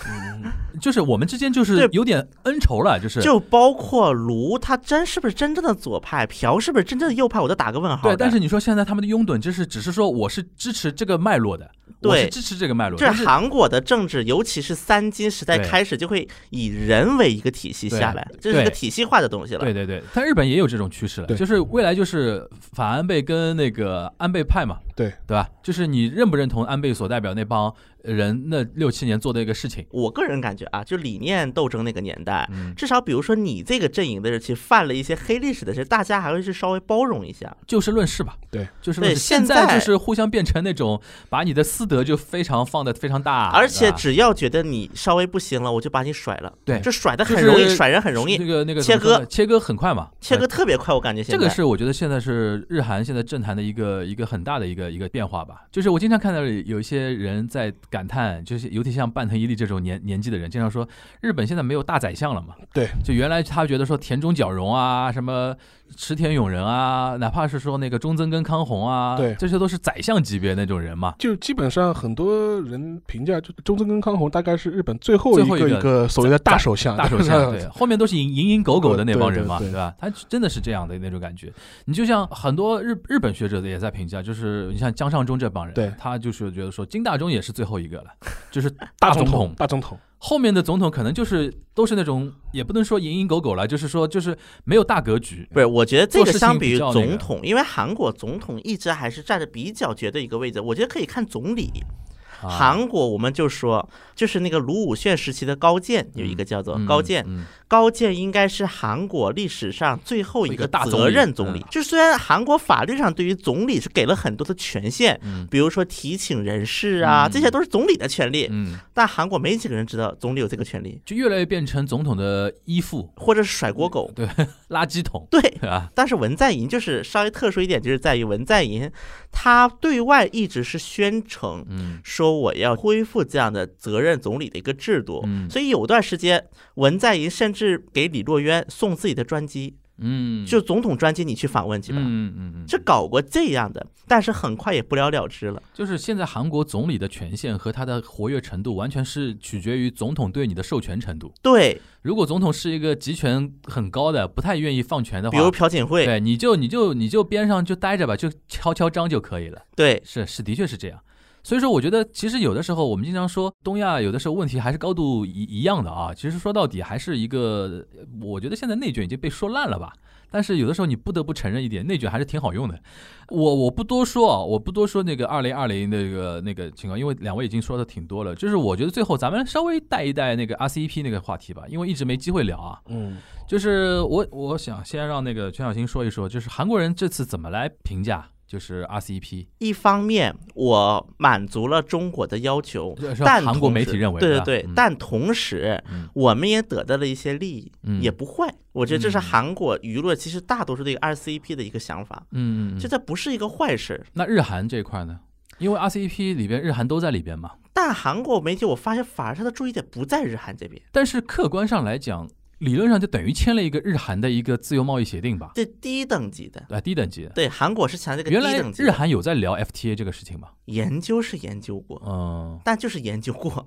Speaker 4: 就是我们之间就是
Speaker 2: 对
Speaker 4: 有点恩仇了，就是
Speaker 2: 就包括卢，他真是不是真正的左派，朴是不是真正的右派，我都打个问号
Speaker 4: 对。
Speaker 2: 的。
Speaker 4: 但是你说现在他们的拥趸，就是只是说我是支持这个脉络的，我
Speaker 2: 对
Speaker 4: 是支持这个脉络，
Speaker 2: 这
Speaker 4: 但是
Speaker 2: 是韩国的政治，尤其是三金时代
Speaker 4: 对
Speaker 2: 开始，就会以人为一个体系下来，这是一个
Speaker 4: 对
Speaker 2: 体系化的东西了。
Speaker 4: 对对对，但日本也有这种趋势了，
Speaker 3: 对
Speaker 4: 就是未来就是反安倍跟那个安倍派嘛，
Speaker 3: 对
Speaker 4: 对吧？就是你认不认同安倍所代表那帮人那六七年做的一个事情？
Speaker 2: 我个人感觉啊，就理念斗争那个年代，
Speaker 4: 嗯，
Speaker 2: 至少比如说你这个阵营的人，其实犯了一些黑历史的事，大家还会去稍微包容一下。
Speaker 4: 就事论事吧。
Speaker 3: 对，
Speaker 4: 就事论
Speaker 2: 对
Speaker 4: 事。
Speaker 2: 现
Speaker 4: 在
Speaker 2: 在
Speaker 4: 就是互相变成那种把你的私德就非常放的非常大，
Speaker 2: 而且
Speaker 4: 对啊吧
Speaker 2: 只要觉得你稍微不行了，我就把你甩了。
Speaker 4: 对
Speaker 2: 这甩的
Speaker 4: 就
Speaker 2: 很
Speaker 4: 是
Speaker 2: 容易，甩人很容易
Speaker 4: 这，个那个
Speaker 2: 切
Speaker 4: 怎么说
Speaker 2: 割
Speaker 4: 呢切割很快嘛，
Speaker 2: 切割
Speaker 4: 对。
Speaker 2: 特别快。我感觉现
Speaker 4: 这
Speaker 2: 在
Speaker 4: 个是我觉得现在是日韩现在政坛的一个一个很大的一个一个变化吧，就是我经常看到有一些人在感叹，就是尤其像半藤一力这种年年纪的人，经常说日本现在没有大宰相了嘛。
Speaker 3: 对，
Speaker 4: 就原来他觉得说田中角荣啊，什么池田勇人啊，哪怕是说那个中曾根康弘啊，
Speaker 3: 对
Speaker 4: 这些都是宰相级别那种人嘛。
Speaker 3: 就基本上很多人评价，就中曾根康弘大概是日本最后
Speaker 4: 最
Speaker 3: 一
Speaker 4: 后
Speaker 3: 个
Speaker 4: 一个
Speaker 3: 一个所谓的大首相，
Speaker 4: 大啊 手下，对，
Speaker 3: 对
Speaker 4: 后面都是蝇营狗苟的那帮人嘛，
Speaker 3: 对
Speaker 4: 对
Speaker 3: 对对
Speaker 4: 吧？他真的是这样的那种感觉。你就像很多日日本学者也在评价，就是你像江上忠这帮人，
Speaker 3: 对
Speaker 4: 他就是觉得说金大中也是最后一个了，就是
Speaker 3: 大
Speaker 4: 总
Speaker 3: 统，大总统，
Speaker 4: 后面的总统可能就是都是那种也不能说蝇营狗苟了，就是说就是没有大格局。
Speaker 2: 不是，我觉得这
Speaker 4: 做
Speaker 2: 个
Speaker 4: 事
Speaker 2: 相
Speaker 4: 情比
Speaker 2: 比于
Speaker 4: 较那
Speaker 2: 总
Speaker 4: 个
Speaker 2: 统，因为韩国总统一直还是占着比较绝对一个位置。我觉得可以看总理。
Speaker 4: 啊
Speaker 2: 韩国我们就说，就是那个卢武铉时期的高渐，有一个叫做
Speaker 4: 嗯
Speaker 2: 高渐，
Speaker 4: 嗯
Speaker 2: 高渐应该是韩国历史上最后一
Speaker 4: 一个
Speaker 2: 个
Speaker 4: 大总
Speaker 2: 责
Speaker 4: 理
Speaker 2: 任总
Speaker 4: 嗯
Speaker 2: 理。就虽然韩国法律上对于总理是给了很多的权限，
Speaker 4: 嗯
Speaker 2: 比如说提请人事啊，这些都是总理的权利，
Speaker 4: 嗯，
Speaker 2: 但韩国没几个人知道总理有这个权利，
Speaker 4: 就越来越变成总统的依附、
Speaker 2: 或者是甩锅狗。
Speaker 4: 嗯垃圾桶，
Speaker 2: 对，
Speaker 4: 对吧？
Speaker 2: 但是文在寅就是稍微特殊一点，就是在于文在寅他对外一直是宣称
Speaker 4: 嗯
Speaker 2: 说我要恢复这样的责任总理的一个制度，
Speaker 4: 嗯
Speaker 2: 所以有段时间文在寅甚至给李洛渊送自己的专机，
Speaker 4: 嗯，
Speaker 2: 就总统专机，你去访问去吧。
Speaker 4: 嗯嗯嗯，
Speaker 2: 这搞过这样的，但是很快也不了了之了。
Speaker 4: 就是现在韩国总理的权限和他的活跃程度，完全是取决于总统对你的授权程度。
Speaker 2: 对，
Speaker 4: 如果总统是一个集权很高的，不太愿意放权的
Speaker 2: 比如
Speaker 4: 话，
Speaker 2: 朴槿惠，
Speaker 4: 对，你就你就你就边上就待着吧，就敲敲章就可以了。
Speaker 2: 对
Speaker 4: 是是，的确是这样。所以说，我觉得其实有的时候我们经常说东亚有的时候问题还是高度一一样的啊。其实说到底还是一个，我觉得现在内卷已经被说烂了吧。但是有的时候你不得不承认一点，内卷还是挺好用的。我我不多说啊，我不多说那个二零二零那个那个情况，因为两位已经说的挺多了。就是我觉得最后咱们稍微带一带那个 RCEP 那个话题吧，因为一直没机会聊啊。
Speaker 3: 嗯，
Speaker 4: 就是我我想先让那个全小新说一说，就是韩国人这次怎么来评价就是 E RCEP。
Speaker 2: 一方面我满足了中国的要求，
Speaker 4: 是
Speaker 2: 但
Speaker 4: 韩国
Speaker 2: 同
Speaker 4: 媒
Speaker 2: 时
Speaker 4: 体认为
Speaker 2: 对
Speaker 4: 是
Speaker 2: 对
Speaker 4: 吧
Speaker 2: 对，
Speaker 4: 嗯
Speaker 2: 但同时
Speaker 4: 嗯
Speaker 2: 我们也得到了一些利益，
Speaker 4: 嗯
Speaker 2: 也不坏。我觉得这是
Speaker 4: 嗯
Speaker 2: 韩国舆论其实大多数对 RCEP 的一个想法，
Speaker 4: 嗯，嗯嗯
Speaker 2: 就这不是一个坏事。
Speaker 4: 那日韩这一块呢？因为 RCEP 里边日韩都在里边嘛，
Speaker 2: 但韩国媒体我发现反而它的注意点不在日韩这边，
Speaker 4: 但是客观上来讲，理论上就等于签了一个日韩的一个自由贸易协定吧，
Speaker 2: 这低等级的。
Speaker 4: 啊，低等级的。
Speaker 2: 对，韩国是强调这个
Speaker 4: 原
Speaker 2: 低
Speaker 4: 来
Speaker 2: 等级
Speaker 4: 日
Speaker 2: 的，
Speaker 4: 韩有在聊 FTA 这个事情吧？
Speaker 2: 研究是研究过，
Speaker 4: 嗯
Speaker 2: 但就是研究 过，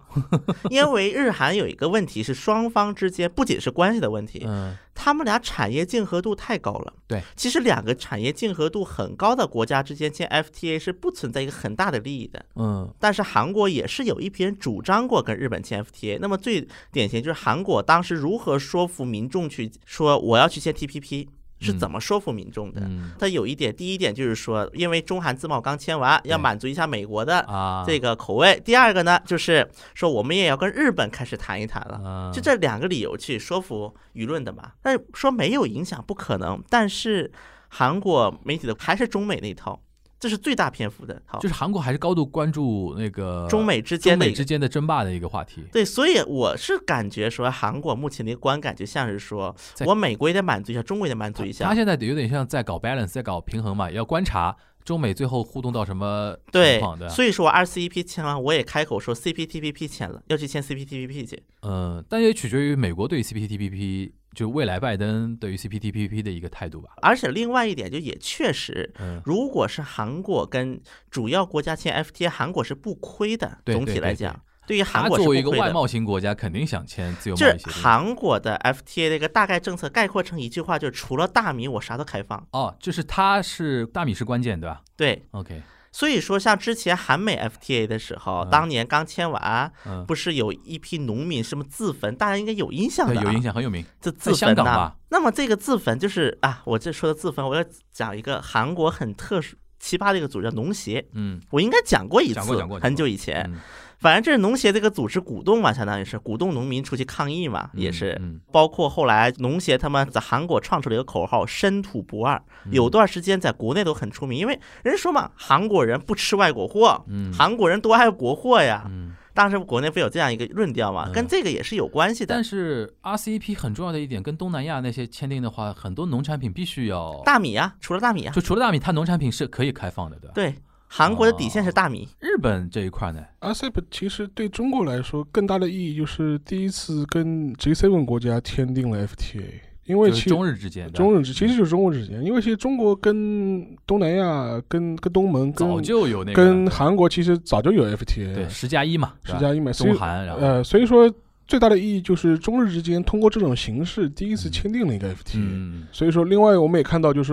Speaker 2: 因为日韩有一个问题是双方之间不仅是关系的问题，
Speaker 4: 嗯
Speaker 2: 他们俩产业竞合度太高了。
Speaker 4: 对，
Speaker 2: 其实两个产业竞合度很高的国家之间签 FTA 是不存在一个很大的利益的。
Speaker 4: 嗯
Speaker 2: 但是韩国也是有一批人主张过跟日本签 FTA。那么最典型就是韩国当时如何说服民众去说我要去签 TPP，是怎么说服民众的？
Speaker 4: 嗯
Speaker 2: 它有一点，第一点就是说，因为中韩自贸刚签完，要
Speaker 4: 对
Speaker 2: 满足一下美国的
Speaker 4: 啊，
Speaker 2: 这个口味。第二个呢，就是说我们也要跟日本开始谈一谈了。
Speaker 4: 啊
Speaker 2: 就这两个理由去说服舆论的嘛。但是说没有影响不可能，但是韩国媒体的还是中美那一套，这是最大篇幅的一套，
Speaker 4: 就是韩国还是高度关注那个
Speaker 2: 中美之
Speaker 4: 中
Speaker 2: 间的一
Speaker 4: 美
Speaker 2: 个
Speaker 4: 之间的争霸的一个话题。
Speaker 2: 对，所以我是感觉说，韩国目前的一个观感就像是说，
Speaker 4: 在
Speaker 2: 我美国也得满足一下，中国也得满足一
Speaker 4: 他
Speaker 2: 下。
Speaker 4: 现在有点像在搞 balance，在搞平衡嘛，要观察中美最后互动到什么情
Speaker 2: 对
Speaker 4: 况，啊的。
Speaker 2: 所以说 RCEP 签完，我也开口说 CPTPP 签了，要去签 CPTPP 去。
Speaker 4: 嗯，但也取决于美国对于 CPTPP，就未来拜登对于 CPTPP 的一个态度吧。
Speaker 2: 而且另外一点，就也确实，
Speaker 4: 嗯，
Speaker 2: 如果是韩国跟主要国家签 FTA，韩国是不亏的。
Speaker 4: 对
Speaker 2: 总
Speaker 4: 对
Speaker 2: 体来
Speaker 4: 对对
Speaker 2: 讲，对于
Speaker 4: 他
Speaker 2: 韩国是不
Speaker 4: 作
Speaker 2: 亏
Speaker 4: 为一个外
Speaker 2: 的。
Speaker 4: 贸型国家，肯定想签自由
Speaker 2: 就
Speaker 4: 贸易
Speaker 2: 是
Speaker 4: 协定。
Speaker 2: 韩国的 FTA 的一个大概政策概括成一句话，就是除了大米，我啥都开放。
Speaker 4: 哦，就是它是大米是关键，对吧
Speaker 2: 对，
Speaker 4: ？OK，
Speaker 2: 所以说像之前韩美 FTA 的时候，
Speaker 4: 嗯
Speaker 2: 当年刚签完，
Speaker 4: 嗯，
Speaker 2: 不是有一批农民什么自焚，大家应该有印象
Speaker 4: 对，
Speaker 2: 的、啊，
Speaker 4: 有影响，很有名。
Speaker 2: 这
Speaker 4: 在
Speaker 2: 自
Speaker 4: 香
Speaker 2: 焚
Speaker 4: 港
Speaker 2: 呐、
Speaker 4: 吧
Speaker 2: 那么这个自焚就是啊，我这说的自焚，我要讲一个韩国很特殊奇葩的一个组织，叫农协。
Speaker 4: 嗯，
Speaker 2: 我应该讲过一次，
Speaker 4: 讲过讲过讲过
Speaker 2: 很久以前。
Speaker 4: 嗯
Speaker 2: 反正这是农协这个组织鼓动嘛，相当于是鼓动农民出去抗议嘛，也是。
Speaker 4: 嗯
Speaker 2: 包括后来农协他们在韩国创出了一个口号“身土不二”，
Speaker 4: 嗯
Speaker 2: 有段时间在国内都很出名，因为人说嘛，韩国人不吃外国货，
Speaker 4: 嗯
Speaker 2: 韩国人多爱国货呀。
Speaker 4: 嗯，
Speaker 2: 当时国内不有这样一个论调嘛，
Speaker 4: 嗯
Speaker 2: 跟这个也是有关系的
Speaker 4: 但。是 RCEP 很重要的一点，跟东南亚那些签订的话，很多农产品必须要，
Speaker 2: 大米啊，除了大米啊，
Speaker 4: 就除了大米，它农产品是可以开放的，对吧？
Speaker 2: 对，韩国的底线是大米。
Speaker 4: 日本这一块呢，
Speaker 3: RCEP 其实对中国来说更大的意义就是第一次跟 G7 国家签订了 FTA，因为
Speaker 4: 就
Speaker 3: 其
Speaker 4: 是中日之间，对吧嗯
Speaker 3: 中日之其实就是中国之间，因为其实中国跟东南亚、跟跟东盟、跟
Speaker 4: 早就有那个
Speaker 3: 跟韩国其实早就有 FTA，
Speaker 4: 对十加一嘛，对
Speaker 3: 十
Speaker 4: 吧
Speaker 3: 加一美，所以
Speaker 4: 中韩，然后
Speaker 3: 呃，所以说最大的意义就是中日之间通过这种形式第一次签订了一个 FTA。
Speaker 4: 嗯，
Speaker 3: 所以说，另外我们也看到，就是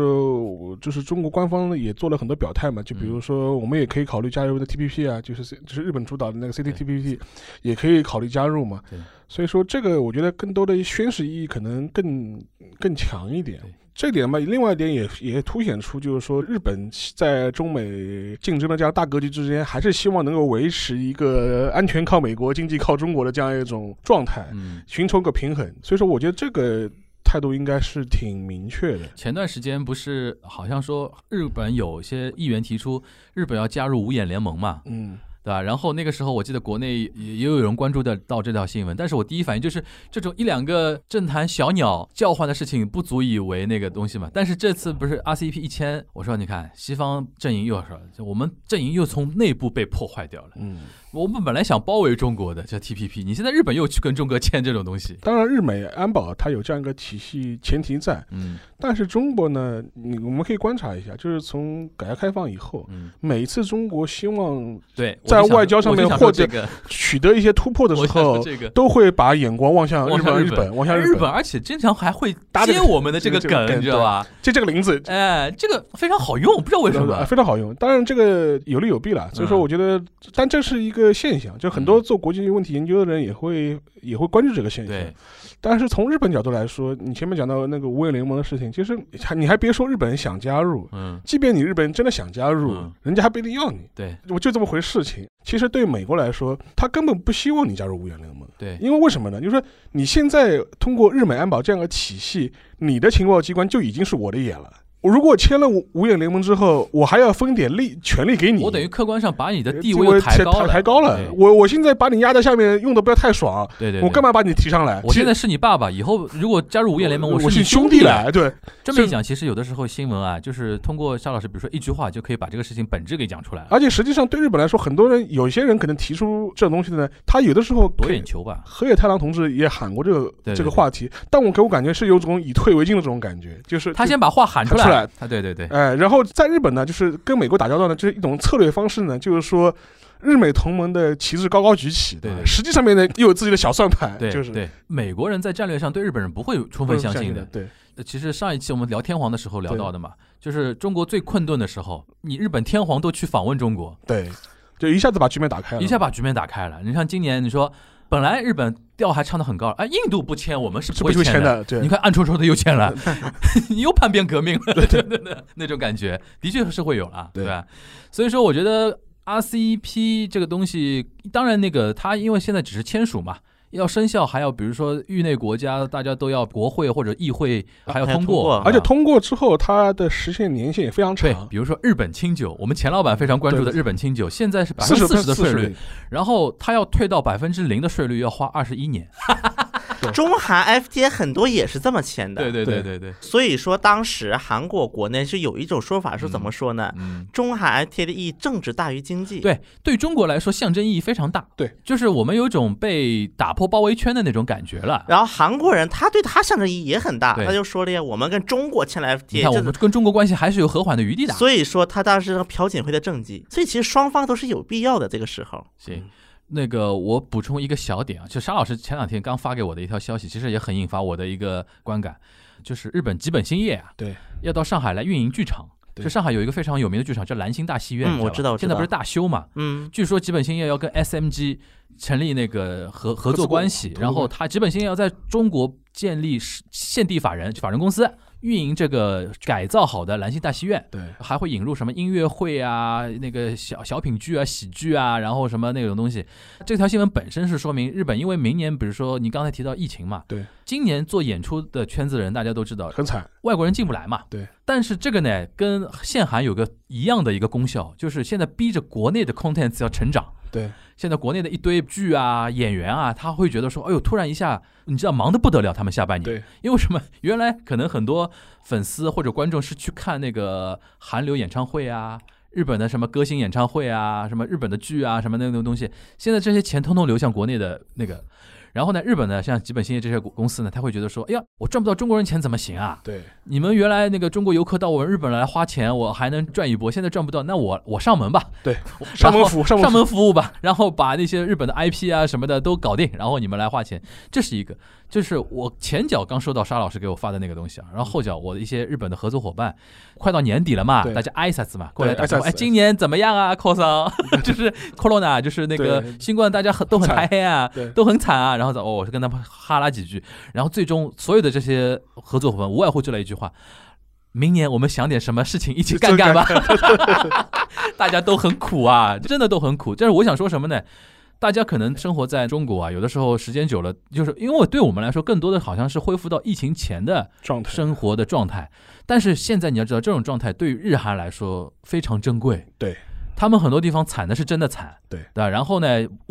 Speaker 3: 就是中国官方也做了很多表态嘛，就
Speaker 4: 嗯
Speaker 3: 比如说，我们也可以考虑加入的 TPP 啊，就是 C- 就是日本主导的那个 CPTPP，也可以考虑加入嘛
Speaker 4: 对。
Speaker 3: 所以说，这个我觉得更多的宣示意义可能更更强一点
Speaker 4: 对。
Speaker 3: 这点嘛，另外一点也也凸显出，就是说日本在中美竞争的这样大格局之间，还是希望能够维持一个安全靠美国、经济靠中国的这样一种状态，
Speaker 4: 嗯，
Speaker 3: 寻求个平衡。所以说，我觉得这个态度应该是挺明确的。
Speaker 4: 前段时间不是好像说日本有些议员提出日本要加入五眼联盟嘛，
Speaker 3: 嗯，
Speaker 4: 对吧？然后那个时候我记得国内也也有人关注的到这条新闻，但是我第一反应就是这种一两个政坛小鸟叫唤的事情不足以为那个东西嘛。但是这次不是 RCEP 一签，我说你看西方阵营又说我们阵营又从内部被破坏掉了，
Speaker 3: 嗯，
Speaker 4: 我们本来想包围中国的叫 TPP，你现在日本又去跟中国签这种东西，
Speaker 3: 当然，日美安保它有这样一个体系前提在，
Speaker 4: 嗯
Speaker 3: 但是中国呢，你我们可以观察一下，就是从改革开放以后，
Speaker 4: 嗯，
Speaker 3: 每一次中国希望
Speaker 4: 对，
Speaker 3: 在
Speaker 4: 我就想
Speaker 3: 外交上面
Speaker 4: 我就想说
Speaker 3: 或者
Speaker 4: 这 个
Speaker 3: 取得一些突破的
Speaker 4: 我
Speaker 3: 时
Speaker 4: 想说
Speaker 3: 候，
Speaker 4: 这个。
Speaker 3: 都会把眼光望向日
Speaker 4: 望向
Speaker 3: 本、
Speaker 4: 日
Speaker 3: 日
Speaker 4: 本
Speaker 3: 本、望向
Speaker 4: 日
Speaker 3: 本，
Speaker 4: 而且经常还会
Speaker 3: 搭这
Speaker 4: 接
Speaker 3: 个
Speaker 4: 我们的这个
Speaker 3: 这个
Speaker 4: 梗，
Speaker 3: 梗
Speaker 4: 你知道吧？
Speaker 3: 就这个林子。
Speaker 4: 哎，这个非常好用，不知道为什
Speaker 3: 呃
Speaker 4: 么。
Speaker 3: 非常好用，当然这个有利有弊啦。所以说，
Speaker 4: 嗯
Speaker 3: 我觉得，但这是一个现象，就很多
Speaker 4: 嗯
Speaker 3: 做国际问题研究的人也会也会关注这个现象。
Speaker 4: 对，
Speaker 3: 但是从日本角度来说，你前面讲到那个五眼联盟的事情，其实还你还别说日本人想加入，
Speaker 4: 嗯，
Speaker 3: 即便你日本人真的想加入，
Speaker 4: 嗯
Speaker 3: 人家还不一定要你。
Speaker 4: 对
Speaker 3: 我就这么回事情。其实对美国来说，他根本不希望你加入五眼联盟，
Speaker 4: 对，
Speaker 3: 因为为什么呢？就是说你现在通过日美安保这样的体系，你的情报机关就已经是我的眼了。我如果签了五五眼联盟之后，我还要分点力权力给你，
Speaker 4: 我等于客观上把你的
Speaker 3: 呃
Speaker 4: 地
Speaker 3: 位
Speaker 4: 抬高
Speaker 3: 抬
Speaker 4: 了，哎
Speaker 3: 抬高了。我我现在把你压在下面，用的不要太爽，
Speaker 4: 对对，
Speaker 3: 我干
Speaker 4: 嘛？
Speaker 3: 嘛把你提上来？
Speaker 4: 我
Speaker 3: 其
Speaker 4: 现在是你爸爸，以后如果加入五眼联盟，
Speaker 3: 我
Speaker 4: 是
Speaker 3: 是
Speaker 4: 你
Speaker 3: 兄
Speaker 4: 弟啊了。
Speaker 3: 来，对，
Speaker 4: 这么
Speaker 3: 所
Speaker 4: 一
Speaker 3: 以
Speaker 4: 讲，其实有的时候新闻啊，就是通过肖老师，比如说一句话，就可以把这个事情本质给讲出来了，
Speaker 3: 而且实际上对日本来说，很多人有些人可能提出这种东西的呢，他有的时候
Speaker 4: 夺
Speaker 3: 可以
Speaker 4: 眼球吧。
Speaker 3: 河野太郎同志也喊过这个
Speaker 4: 对对
Speaker 3: 这个话题，但我给我感觉是有种以退为进的这种感觉，就是
Speaker 4: 他
Speaker 3: 就
Speaker 4: 先把话
Speaker 3: 喊
Speaker 4: 喊
Speaker 3: 出
Speaker 4: 来
Speaker 3: 了。
Speaker 4: 他对对对，
Speaker 3: 哎，然后在日本呢，就是跟美国打交道呢，就是一种策略方式呢，就是说日美同盟的旗帜高高举起，
Speaker 4: 对对
Speaker 3: 实际上面呢又有自己的小算盘，
Speaker 4: 对，
Speaker 3: 就是
Speaker 4: 对美国人在战略上对日本人不会充分相信的。
Speaker 3: 对
Speaker 4: 呃其实上一期我们聊天皇的时候聊
Speaker 3: 对
Speaker 4: 到的嘛，就是中国最困顿的时候，你日本天皇都去访问中国，
Speaker 3: 对，就一下子把局面打开了，
Speaker 4: 一下把局面打开了。你像今年，你说本来日本调还唱得很高，哎，印度不签，我们是
Speaker 3: 是不
Speaker 4: 不会
Speaker 3: 会
Speaker 4: 签
Speaker 3: 签
Speaker 4: 的。
Speaker 3: 的，对
Speaker 4: 你，看，暗戳戳的又 签了， 你又叛变革命了，对对对， 那种感觉的确是会有了，
Speaker 3: 对
Speaker 4: 对吧？所以说，我觉得 RCEP 这个东西，当然那个它因为现在只是签署嘛。要生效，还要比如说域内国家，大家都要国会或者议会还要
Speaker 2: 还要通
Speaker 4: 通
Speaker 2: 过
Speaker 4: 过，
Speaker 3: 而且
Speaker 4: 啊
Speaker 3: 通过之后，它的实现年限也非常
Speaker 4: 对
Speaker 3: 长，，
Speaker 4: 比如说日本清酒，我们钱老板非常关注的
Speaker 3: 对
Speaker 4: 日本清酒，现在是百分
Speaker 3: 四
Speaker 4: 之
Speaker 3: 十
Speaker 4: 四十的税率
Speaker 3: 率，，
Speaker 4: 然后它要退到百分之零的税率，要花二十一年。
Speaker 2: 中韩 FTA 很多也是这么签的，
Speaker 4: 对对对
Speaker 3: 对
Speaker 4: 对对，
Speaker 2: 所以说当时韩国国内是有一种说法是怎么说呢？
Speaker 4: 嗯，
Speaker 2: 中韩 FTA 的意义政治大于经济。
Speaker 4: 对，对中国来说象征意义非常大。
Speaker 3: 对，
Speaker 4: 就是我们有种被打破包围圈的那种感觉了。
Speaker 2: 然后韩国人他对他象征意义也很大，
Speaker 4: 对
Speaker 2: 他就说了呀，我们跟中国签了
Speaker 4: 你
Speaker 2: FTA，
Speaker 4: 看，我
Speaker 2: 就
Speaker 4: 们
Speaker 2: 是
Speaker 4: 跟中国关系还是有和缓的余地的。
Speaker 2: 所以说他当时是朴槿惠的政绩，所以其实双方都是有必要的。这个时候，
Speaker 4: 行，那个我补充一个小点啊，就沙老师前两天刚发给我的一条消息，其实也很引发我的一个观感，就是日本吉本兴业啊，
Speaker 3: 对，
Speaker 4: 要到上海来运营剧场。
Speaker 3: 对
Speaker 4: 就上海有一个非常有名的剧场叫兰心大戏院，
Speaker 2: 嗯
Speaker 4: 你
Speaker 2: 我知道
Speaker 4: 吧
Speaker 2: 我知
Speaker 4: 现在不
Speaker 2: 道
Speaker 4: 是大修嘛？
Speaker 2: 嗯，
Speaker 4: 据说吉本兴业要跟 SMG 成立那个合合作关系，
Speaker 3: 合作
Speaker 4: 然后他吉本兴业要在中国建立是现地法人法人公司，运营这个改造好的兰心大戏院。
Speaker 3: 对，
Speaker 4: 还会引入什么音乐会啊、那个小小品剧啊、喜剧啊，然后什么那种东西。这条新闻本身是说明日本，因为明年，比如说你刚才提到疫情嘛，
Speaker 3: 对，
Speaker 4: 今年做演出的圈子人大家都知道，
Speaker 3: 很惨，
Speaker 4: 外国人进不来嘛。
Speaker 3: 对。
Speaker 4: 但是这个呢，跟限韩有个一样的一个功效，就是现在逼着国内的 contents 要成长。
Speaker 3: 对。
Speaker 4: 现在国内的一堆剧啊、演员啊，他会觉得说，哎呦，突然一下，你知道忙得不得了，他们下半年。
Speaker 3: 对。
Speaker 4: 因为什么？原来可能很多粉丝或者观众是去看那个韩流演唱会啊。日本的什么歌星演唱会啊，什么日本的剧啊，什么那种东西，现在这些钱通通流向国内的那个，然后呢，日本呢，像吉本兴业这些公司呢，他会觉得说，哎呀，我赚不到中国人钱怎么行啊？
Speaker 3: 对，
Speaker 4: 你们原来那个中国游客到我日本来花钱，我还能赚一波，现在赚不到，那我我上门吧，
Speaker 3: 对
Speaker 4: 我，
Speaker 3: 上门
Speaker 4: 然后
Speaker 3: 服上门
Speaker 4: 上
Speaker 3: 服
Speaker 4: 门服务吧，然后把那些日本的 IP 啊什么的都搞定，然后你们来花钱，这是一个。就是我前脚刚收到沙老师给我发的那个东西啊，然后后脚我的一些日本的合作伙伴，快到年底了嘛，
Speaker 3: 对
Speaker 4: 大家挨一下子嘛，过来
Speaker 3: 对
Speaker 4: 打招呼，
Speaker 3: 挨一下
Speaker 4: 哎，
Speaker 3: 子
Speaker 4: 今年怎么样啊，cos 啊，就是 corona，就是那个
Speaker 3: 对
Speaker 4: 新冠，大家很都很
Speaker 3: 惨
Speaker 4: 排黑啊，
Speaker 3: 对
Speaker 4: 都很惨啊。然后哦，我是跟他们哈拉几句，然后最终所有的这些合作伙伴无外乎就来一句话：明年我们想点什么事情一起干干吧。 大家都很苦啊，真的都很苦。但是我想说什么呢？大家可能生活在中国啊，有的时候时间久了，就是因为对我们来说，更多的好像是恢复到疫情前的
Speaker 3: 状态，
Speaker 4: 生活的状态。但是现在你要知道，这种状态对于日韩来说非常珍贵。
Speaker 3: 对，
Speaker 4: 他们很多地方惨的是真的惨，
Speaker 3: 对
Speaker 4: 对吧？然后呢，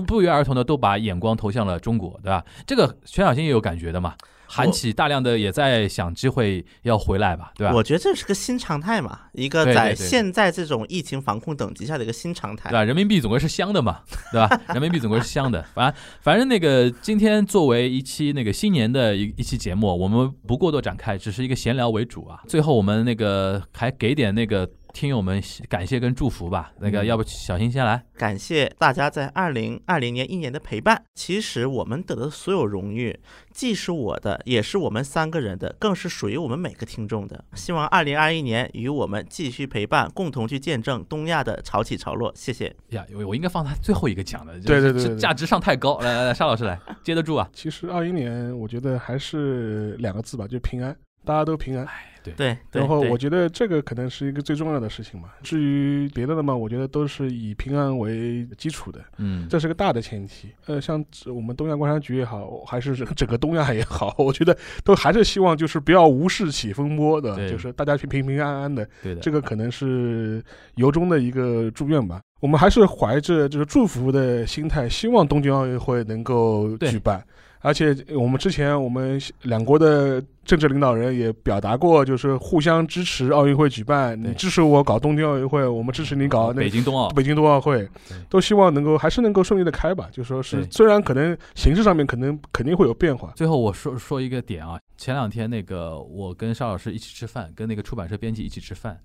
Speaker 4: 不约而同的都把眼光投向了中国，对吧？这个全小新也有感觉的嘛，韩企大量的也在想机会要回来吧，对吧？
Speaker 2: 我觉得这是个新常态嘛，一个
Speaker 4: 对对
Speaker 2: 在
Speaker 4: 对对
Speaker 2: 现在这种疫情防控等级下的一个新常态
Speaker 3: 哎
Speaker 4: 对。吧？人民币总归是香的嘛， 对吧？人民币总归是香的。反反正那个今天作为一期那个新年的一一期节目，我们不过多展开，只是一个闲聊为主啊。最后我们那个还给点那个听友们感谢跟祝福吧。那
Speaker 3: 嗯
Speaker 4: 个要不小新先来，
Speaker 2: 感谢大家在二零二零年一年的陪伴。其实我们得的所有荣誉，既是我的，也是我们三个人的，更是属于我们每个听众的。希望二零二一年与我们继续陪伴，共同去见证东亚的潮起潮落。谢谢。
Speaker 4: 呀，我我应该放他最后一个讲的，
Speaker 3: 对对对
Speaker 4: 这
Speaker 3: 对对
Speaker 4: 价值上太高。来来来，沙老师来接得住啊。
Speaker 3: 其实二一年，我觉得还是两个字吧，就平安，大家都平安。
Speaker 4: 哎
Speaker 2: 对，对
Speaker 3: 然后
Speaker 2: 对
Speaker 3: 我觉得这个可能是一个最重要的事情嘛。至于别的的嘛，我觉得都是以平安为基础的，
Speaker 4: 嗯，
Speaker 3: 这是个大的前提。呃，像我们东亚观察局也好，还是整个东亚也好，我觉得都还是希望就是不要无事起风波的，
Speaker 4: 对
Speaker 3: 就是大家平平平安安的，
Speaker 4: 对的，
Speaker 3: 这个可能是由衷的一个祝愿吧。我们还是怀着就是祝福的心态，希望东京奥运会能够
Speaker 4: 对
Speaker 3: 举办。而且我们之前我们两国的政治领导人也表达过，就是互相支持奥运会举办，你
Speaker 4: 对
Speaker 3: 支持我搞东京奥运会，我们支持你搞那
Speaker 4: 北
Speaker 3: 个。
Speaker 4: 京冬奥，
Speaker 3: 北京冬奥会
Speaker 4: 对，
Speaker 3: 都希望能够还是能够顺利的开吧，就说是
Speaker 4: 对
Speaker 3: 虽然可能形式上面可能肯定会有变化，
Speaker 4: 最后我说说一个点啊，前两天那个我跟邵老师一起吃饭，跟那个出版社编辑一起吃饭，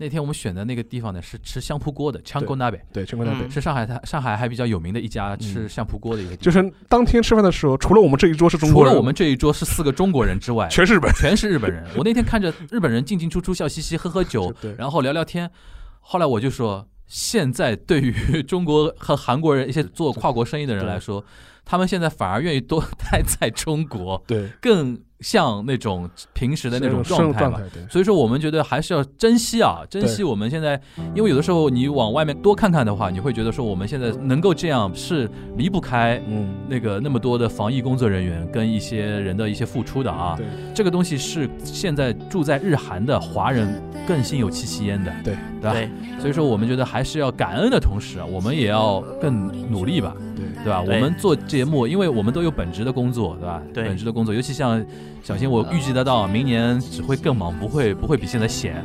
Speaker 4: 那天我们选的那个地方呢是吃相扑锅的枪锅那北，
Speaker 3: 对，全国大北
Speaker 2: 嗯
Speaker 4: 是上海它上海还比较有名的一家吃相扑锅的一个地方。
Speaker 3: 嗯就是当天吃饭的时候，除了我们这一桌是中
Speaker 4: 除
Speaker 3: 国人，
Speaker 4: 了我们这一桌是四个中国人之外，
Speaker 3: 全是日本人。，
Speaker 4: 全是日本人。我那天看着日本人进进出出、笑嘻嘻、喝喝酒
Speaker 3: 对
Speaker 4: 然后聊聊天，后来我就说，现在对于中国和韩国人一些做跨国生意的人来说，他们现在反而愿意多待在中国，
Speaker 3: 对
Speaker 4: 更像那种平时的那种状态
Speaker 3: 状
Speaker 4: 吧。
Speaker 3: 态，对，
Speaker 4: 所以说，我们觉得还是要珍惜啊，珍惜我们现在，因为有的时候你往外面多看看的话，你会觉得说我们现在能够这样是离不开
Speaker 3: 嗯，
Speaker 4: 那个那么多的防疫工作人员跟一些人的一些付出的啊
Speaker 3: 对，
Speaker 4: 这个东西是现在住在日韩的华人更心有戚戚焉的，
Speaker 3: 对
Speaker 4: 对吧？
Speaker 2: 对，
Speaker 4: 所以说我们觉得还是要感恩的同时啊，我们也要更努力吧，
Speaker 3: 对
Speaker 4: 对吧？
Speaker 2: 对
Speaker 4: 我们做节目，因为我们都有本职的工作，对吧？
Speaker 2: 对
Speaker 4: 本职的工作，尤其像小新，我预计得到明年只会更忙，不会不会比现在闲，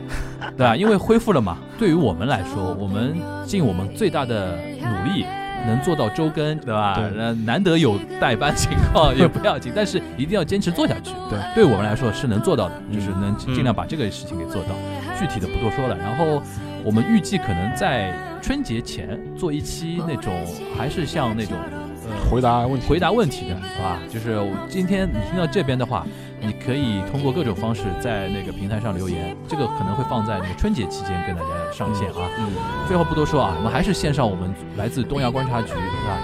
Speaker 4: 对吧？因为恢复了嘛。对于我们来说，我们尽我们最大的努力。能做到周更，对吧？
Speaker 3: 对
Speaker 4: 那难得有代班情况也不要紧，但是一定要坚持做下去。
Speaker 3: 对，
Speaker 4: 对我们来说是能做到的，
Speaker 3: 嗯
Speaker 4: 就是能尽
Speaker 2: 嗯
Speaker 4: 量把这个事情给做到。具体的不多说了。然后我们预计可能在春节前做一期那种，还是像那种
Speaker 3: 呃回答问题，
Speaker 4: 回答问题的，好吧？就是我今天你听到这边的话，你可以通过各种方式在那个平台上留言，这个可能会放在那个春节期间跟大家上线啊。
Speaker 3: 嗯，
Speaker 4: 最后不多说啊，我们还是献上我们来自东亚观察局啊，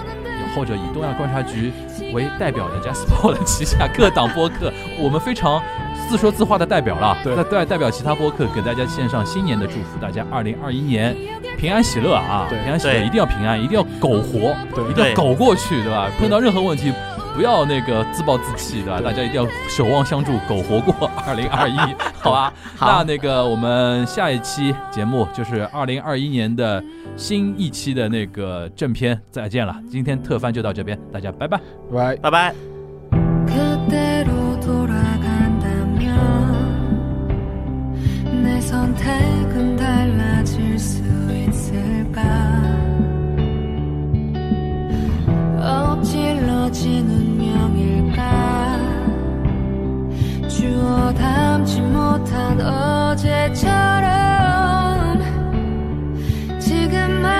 Speaker 4: 或者以东亚观察局为代表的 Jasper 的旗下各档播客，我们非常自说自话的代表了，
Speaker 3: 对
Speaker 4: 那代代表其他播客给大家献上新年的祝福，大家二零二一年平安喜乐啊，
Speaker 3: 对
Speaker 4: 平安喜乐，
Speaker 2: 对
Speaker 4: 一定要平安，一定要苟活，
Speaker 3: 对
Speaker 4: 一定
Speaker 2: 对
Speaker 4: 要苟过去，对吧？
Speaker 3: 对
Speaker 4: 碰到任何问题。不要那个自暴自弃，对吧？
Speaker 3: 对
Speaker 4: 大家一定要守望相助，苟活过二零二一，好吧？那
Speaker 2: 好，
Speaker 4: 那个我们下一期节目就是二零二一年的新一期的那个正片，再见了。今天特番就到这边，大家拜拜。
Speaker 3: 拜。
Speaker 2: 拜拜。
Speaker 5: 그때로 돌아간다면 내 선택은 달라질 수 있을까 억질러진 운명일까 주워 담지 못한 어제처럼 지금 말 아, 음, 음,